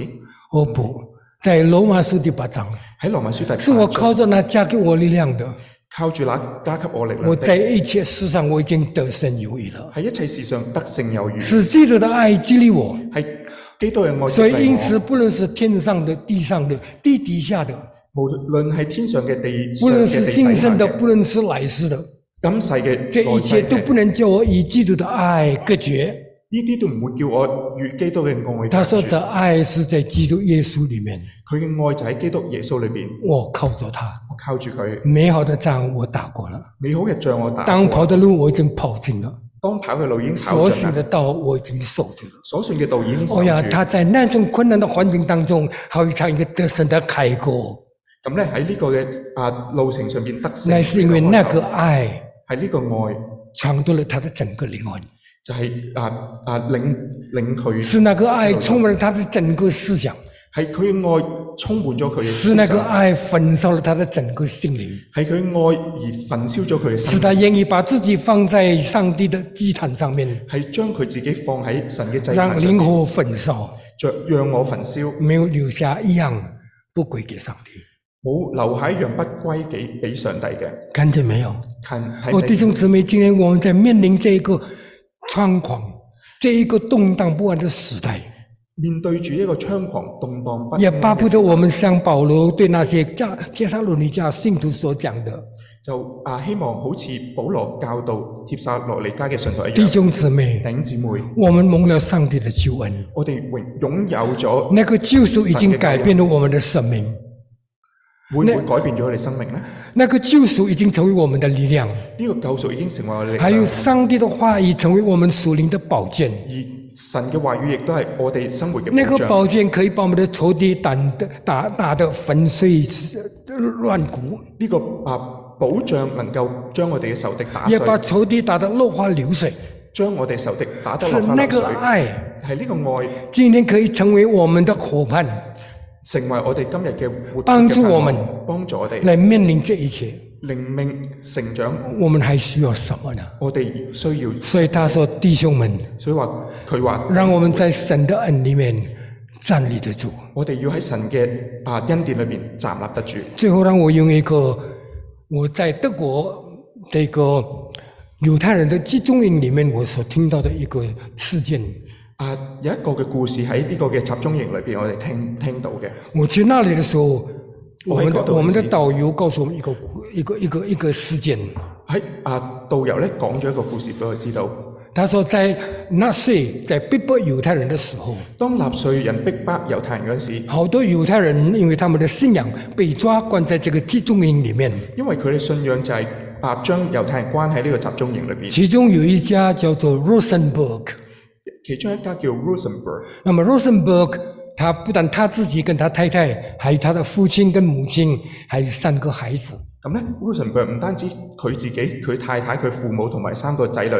S3: 哦不，在罗马书第八章，
S2: 喺羅馬書第八
S3: 是我
S2: 章
S3: 靠着那加给我力量的，
S2: 靠住那加給我力量
S3: 我
S2: 的，
S3: 在一切事上我已经得胜有余了。
S2: 喺一切事上得勝有餘，
S3: 使基督的愛激勵我，
S2: 係基督嘅愛
S3: 所
S2: 激
S3: 以因
S2: 勵
S3: 此不论是天上的、地上的、地底下的，
S2: 我。無論係天上嘅地
S3: 不
S2: 上
S3: 论
S2: 嘅
S3: 是
S2: 地底下
S3: 今生的，
S2: 嘅
S3: 不论是来世的，
S2: 今世嘅
S3: 这一
S2: 來世
S3: 切都
S2: 嘅，
S3: 不能叫我与基督的爱隔绝。
S2: 呢啲都唔會叫我與基督嘅愛
S3: 他说：“
S2: 隔絕
S3: 这爱是在基督耶稣里面，
S2: 佢嘅愛就喺基督耶穌裏面，
S3: 我靠着他，
S2: 我靠住佢，
S3: 美好的仗我打过了，
S2: 美好嘅仗我打
S3: 当
S2: 過，
S3: 跑的路我已经跑尽了，
S2: 當跑嘅路已經跑
S3: 所
S2: 盡
S3: 行
S2: 啦，
S3: 的道我已经守住了。”
S2: 所信嘅道已經守
S3: 哦呀，
S2: 住。
S3: 他在那种困难的环境当中，还会唱一个得胜的凯歌，
S2: 咁咧喺呢個嘅啊路程上面得勝，
S3: 那是因为那個愛
S2: 係呢個愛
S3: 闯夺了他的整个灵魂，
S2: 就係、啊啊領領佢，
S3: 是那个愛充满了他的整个思想，
S2: 係佢嘅愛充滿咗佢嘅
S3: 是
S2: 思
S3: 那
S2: 想，
S3: 个愛焚烧了他的整个心灵，
S2: 係佢嘅愛而焚燒咗佢嘅
S3: 使
S2: 心，
S3: 他愿意把自己放在上帝的祭坛上面，
S2: 係將佢自己放喺神嘅祭
S3: 让
S2: 壇
S3: 灵
S2: 上，
S3: 火焚烧，
S2: 着讓我焚燒，
S3: 没有留下一样不归给上帝。
S2: 冇留下一樣不歸己俾上帝嘅。
S3: 看见没有？
S2: 看睇
S3: 我
S2: 唔
S3: 弟
S2: 睇
S3: 兄姊妹，今天我们在面临这一个猖狂、这一个动荡不安的时代。
S2: 面對住一個猖狂動盪不安
S3: 也巴不
S2: 嘅時
S3: 得我们像保罗对那些加帖撒罗尼迦信徒所讲的
S2: 就啊希望好似保羅教導帖撒羅尼迦嘅信徒一
S3: 弟
S2: 樣，
S3: 兄姊妹，
S2: 頂姊妹，
S3: 我们蒙了上帝的救恩，
S2: 我哋擁擁有咗。
S3: 那个救赎已经改变了我们的生命，
S2: 會唔會改變咗我哋生命呢？
S3: 那个救赎已经成为我们的力量，
S2: 呢、個救贖已經成為我哋力
S3: 还有
S2: 量，
S3: 上帝的话语成为我们属灵的宝剑，
S2: 而神嘅話語亦都係我哋生活嘅
S3: 那个
S2: 保障。
S3: 宝剑可以把我们的仇敌打得打打得粉碎呃乱骨，
S2: 呢、個啊保障能夠將我哋嘅仇敵打
S3: 也
S2: 碎，
S3: 把仇敌打得落花流水，
S2: 將我哋仇敵打得
S3: 是
S2: 落花
S3: 那
S2: 流水
S3: 个。爱，
S2: 係呢個愛
S3: 今天可以成为我们的伙伴。
S2: 成為我哋今日嘅活
S3: 幫助我們
S2: 幫助我哋
S3: 来面临这一切，
S2: 靈命成長。
S3: 我们还需要什么呢？
S2: 我哋需要，
S3: 所以他说：“弟兄们，
S2: 所以話佢話，
S3: 让我们在神的恩里面站立得住。
S2: 我哋要喺神嘅啊恩典裏面站立得住。”
S3: 最后，让我用一个我在德国这个犹太人的集中营里面我所听到的一个事件。
S2: 啊，有一個嘅故事喺呢個嘅集中營裏邊，我哋聽聽到嘅。
S3: 我去那里的时候，我
S2: 我
S3: 们
S2: 也搞
S3: 的
S2: 懂
S3: 我们的
S2: 了
S3: 导游告诉我们一个一个一个一个事件。
S2: 喺啊導遊咧講咗一個故事俾我知道，
S3: 他说，在纳粹在逼迫犹太人的时候，
S2: 當納粹人逼迫猶太人嗰陣時，
S3: 好多犹太人因为他们的信仰被抓关在这个集中营里面，
S2: 因為佢哋信仰就係、啊將猶太人關喺呢個集中營裏邊，
S3: 其中有一家叫做 Rosenberg。
S2: 其中一家叫 Rosenberg。
S3: 那么 Rosenberg 他不但他自己跟他太太，还有他的父亲跟母亲，还有三个孩子。
S2: 咁咧，Rosenberg 唔單止佢自己、佢太太、佢父母同埋三個仔女。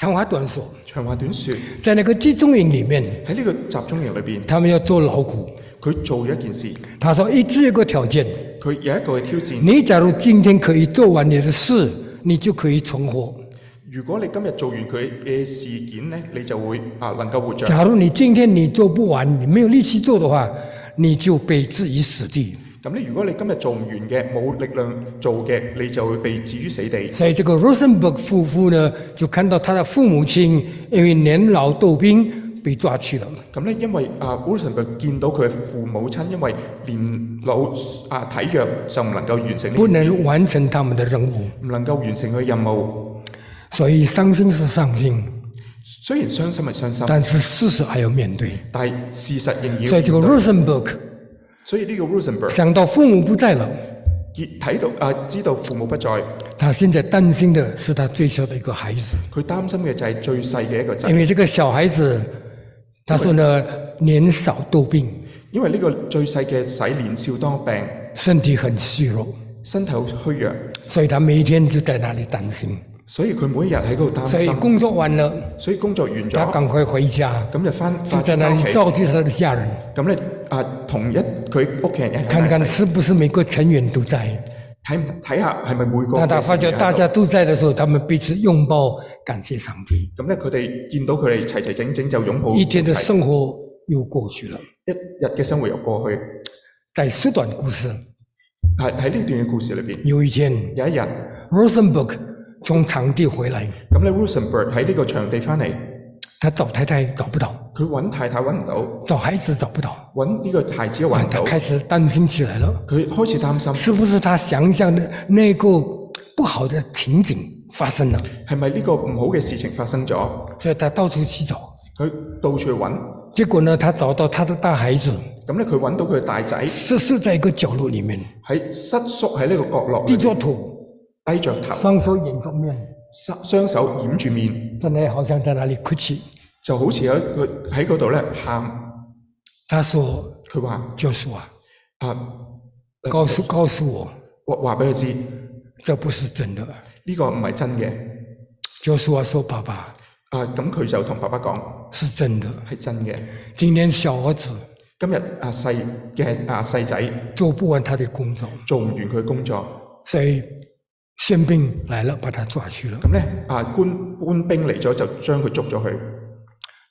S3: 长话短说，
S2: 長話短説，
S3: 在那个集中营里面，
S2: 喺呢個集中營裏邊，
S3: 他们要做劳苦。
S2: 佢做咗一件事，
S3: 他说，一只有一个条件，
S2: 佢有一個嘅挑戰。
S3: 你假如今天可以做完你的事，你就可以存活；
S2: 如果你今日做完佢嘅事件咧，你就會啊能夠活着。
S3: 假如你今天你做不完，你没有力气做的话，你就被置于死地。
S2: 咁咧，如果你今日做唔完嘅，冇力量做嘅，你就會被置於死地。
S3: 所以这个 Rosenberg 夫妇呢，就看到他的父母亲因为年老斗兵被抓去了。
S2: 咁咧，因為啊 w i l s o n b 見到佢嘅父母親，因為年老啊體弱，就唔能夠完成呢
S3: 不
S2: 件事，
S3: 能完成他们的任务，
S2: 唔能夠完成佢嘅任務。
S3: 所以伤心是伤心，
S2: 雖然傷心係傷心，
S3: 但是事实还要面对。
S2: 但係事實仍然要
S3: 所以这个
S2: 面對
S3: Rosenberg
S2: 所以呢個 w i l s o n b
S3: 想到父母不在了，
S2: 見睇到啊知道父母不在，
S3: 他现在担心的是他最小的一个孩子，
S2: 佢擔心嘅就係最細嘅一個
S3: 因
S2: 仔，
S3: 为这个小孩子，他说呢年少多病，
S2: 因為呢個最細嘅仔年少當病，
S3: 身体很虚弱，
S2: 身體好虛弱，
S3: 所以他每一天就在那里担心。
S2: 所以佢每日喺嗰度擔
S3: 所以
S2: 心，
S3: 工作完了，
S2: 所以工作完
S3: 他
S2: 咗，
S3: 赶快回家，
S2: 咁就翻
S3: 就
S2: 翻
S3: 在那
S2: 屋
S3: 里
S2: 企，
S3: 召集他的家人，
S2: 咁咧啊同一佢屋企人一
S3: 看
S2: 齊
S3: 看是不是每个成员都在。
S2: 睇唔睇下係咪每個
S3: 当他
S2: 嘅
S3: 发
S2: 成
S3: 觉
S2: 員喺度？
S3: 大家都在的时候，他们彼此拥抱，感谢上帝。
S2: 咁咧，佢哋見到佢哋齊齊整整就擁抱
S3: 一天的
S2: 齊
S3: 生活又过去了。
S2: 一日嘅生活又過去。
S3: 再缩短故事，
S2: 喺喺呢段嘅故事裏邊，
S3: 有一天
S2: 有一日，
S3: ，Rosenberg 从场地回来，
S2: 咁咧 Rosenberg 喺呢個場地翻嚟，
S3: 他找太太找不到，
S2: 佢揾太太揾唔到，
S3: 找孩子找不到，
S2: 揾呢個孩子又揾唔
S3: 他
S2: 到，
S3: 开始担心起来了，
S2: 佢開始擔心，
S3: 是不是他想象的那个不好的情景发生了？
S2: 係咪呢個唔好嘅事情發生咗？
S3: 所以他到处去找，
S2: 佢到處去揾，
S3: 结果呢，他找到他的大孩子
S2: 咁咧佢揾到佢嘅大仔
S3: 是是在一个角落里面，
S2: 喺瑟縮喺呢個角落裏
S3: 低
S2: 邊，
S3: 着头，
S2: 低着頭，
S3: 双手掩着面，
S2: 雙雙手掩住面，
S3: 在那好像在哪里哭泣。
S2: 就好似喺佢喺嗰度咧喊。
S3: 他说
S2: 佢話：：“
S3: 就说啊，
S2: 啊，
S3: 告诉告诉我，
S2: 話話俾佢知，呢、
S3: 这不是真的。”
S2: 個唔係真嘅。
S3: 就说说：“爸爸
S2: 啊，咁佢就同爸爸講
S3: 是真的。
S2: 係真嘅。
S3: 今天小儿子
S2: 今日阿細嘅阿細仔
S3: 做不完他的工作，
S2: 做唔完佢工作，
S3: 所以宪兵来了，把他抓去了。
S2: 咁咧啊官官兵嚟咗就將佢捉咗去。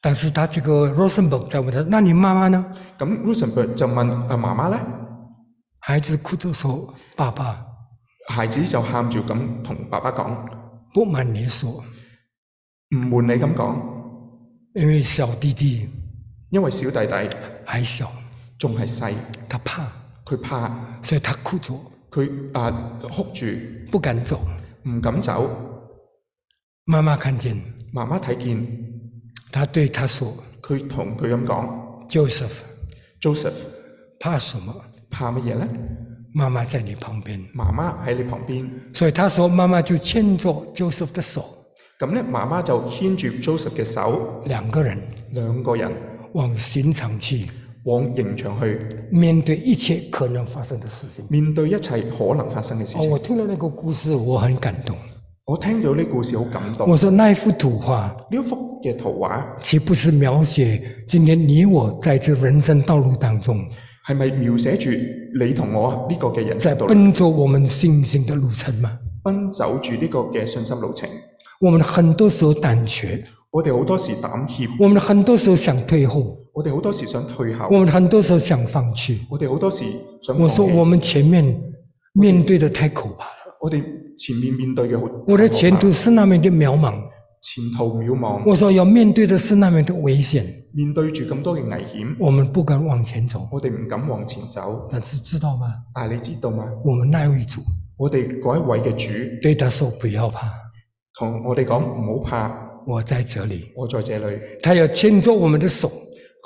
S3: 但是他这个 Rosenberg 在问他：‘那你妈妈呢
S2: 咁 Rosenberg 就問啊媽媽咧，？’
S3: 孩子哭着说：‘爸爸，
S2: 孩子就喊住咁同爸爸講，
S3: 不瞒你说，
S2: 唔瞞你咁講，
S3: 因为小弟弟
S2: 因為小弟弟
S3: 还小，
S2: 仲係細，
S3: 他怕，
S2: 佢怕，
S3: 所以他哭着
S2: 佢啊哭住
S3: 不敢走。
S2: 唔敢走。
S3: 妈妈看见，
S2: 媽媽睇見
S3: 他对他说
S2: 佢同佢咁講
S3: ：‘Joseph，
S2: ，Joseph
S3: 怕什么？
S2: 怕乜嘢呢？
S3: 妈妈在你旁边。’
S2: 媽媽喺你旁邊，
S3: 所以他说，妈妈就牵着 Joseph 的手，
S2: 咁咧媽媽就牽住 Joseph 嘅手，
S3: 两个人
S2: 兩個人
S3: 往刑场去，
S2: 往刑場去。
S3: 面对一切可能发生的事情。
S2: 面對一切可能發生嘅事
S3: 哦，
S2: 情，
S3: 我听了那个故事，我很感动。
S2: 我聽到呢故事好感動。
S3: 我说那一幅图画，
S2: 呢一幅嘅圖畫
S3: 岂不是描写今天你我在这人生道路当中，
S2: 係咪描寫住你同我呢個嘅人
S3: 在
S2: 生道路，
S3: 奔着我们信心的路程吗？
S2: 奔走住呢個嘅信心路程？
S3: 我们很多时候胆怯，
S2: 我哋好多時膽怯，
S3: 我们很多时候想退后，
S2: 我哋好多時想退後
S3: 我，们很多时候想放弃。
S2: 我哋好多時想放
S3: 我说我
S2: 棄。
S3: 们前面面对的太可怕了，
S2: 我哋前面面對嘅好，
S3: 我的
S2: 好
S3: 前途是那么的渺茫。
S2: 前途渺茫，
S3: 我说要面对的是那边的危险，
S2: 面對住咁多嘅危險，
S3: 我们不敢往前走。
S2: 我哋唔敢往前走。
S3: 但是知道吗？
S2: 但係你知道嗎？
S3: 我们那位主
S2: 我哋嗰一位嘅主
S3: 对他说：“不要怕，
S2: 同我哋講唔好怕，
S3: 我在这里。
S2: 我在這裏。”
S3: 他要牵着我们的手，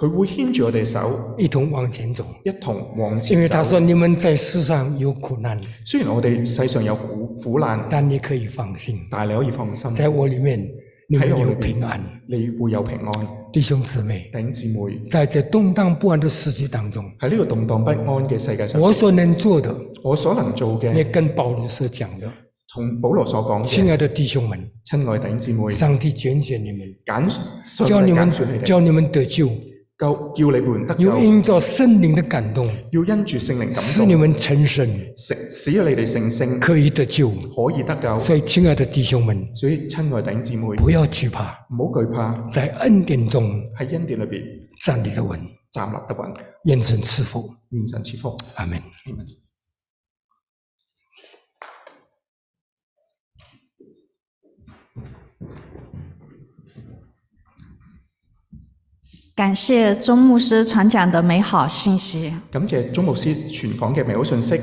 S2: 佢會牽住我哋手。
S3: 一同往前走，
S2: 一同往
S3: 因
S2: 前
S3: 为
S2: 走
S3: 他。说：“你们在世上有苦难，
S2: 雖然我哋世上有苦苦難，
S3: 但你可以放心，
S2: 但係你可以放心，
S3: 在我里面你们
S2: 喺我
S3: 有
S2: 裏
S3: 平安。
S2: 面你會有平安。”
S3: 弟兄姊妹，
S2: 弟兄姊妹
S3: 在这动荡不安的世界当中，
S2: 喺呢個動盪不安嘅世界上，
S3: 我所能做的，
S2: 我所能做
S3: 也
S2: 嘅，
S3: 跟保罗所讲的，
S2: 同保羅所講
S3: 亲
S2: 嘅，
S3: 爱的弟兄们，
S2: 親愛弟兄姊妹，
S3: 上帝拣选你们，
S2: 揀
S3: 叫
S2: 上
S3: 你
S2: 帝
S3: 们
S2: 揀選你哋，
S3: 叫你们得救。
S2: 救叫你們得
S3: 又
S2: 救，
S3: 因着圣灵的感动，
S2: 要因住聖靈
S3: 使你
S2: 感動，
S3: 们成神，
S2: 使使你哋成聖，
S3: 可以得救。
S2: 可以得救。
S3: 所以，亲爱的弟兄们，
S2: 所以親愛弟兄姊妹，
S3: 不要惧怕，
S2: 唔好懼怕，
S3: 在恩典中
S2: 喺恩典裏面
S3: 站立得稳，
S2: 站立得穩，
S3: 愿神赐福。
S2: 願神賜福。
S3: 阿门。
S2: Amen.
S1: 感谢钟牧师传讲的美好信息。
S2: 感謝鍾牧師傳講嘅美好信息。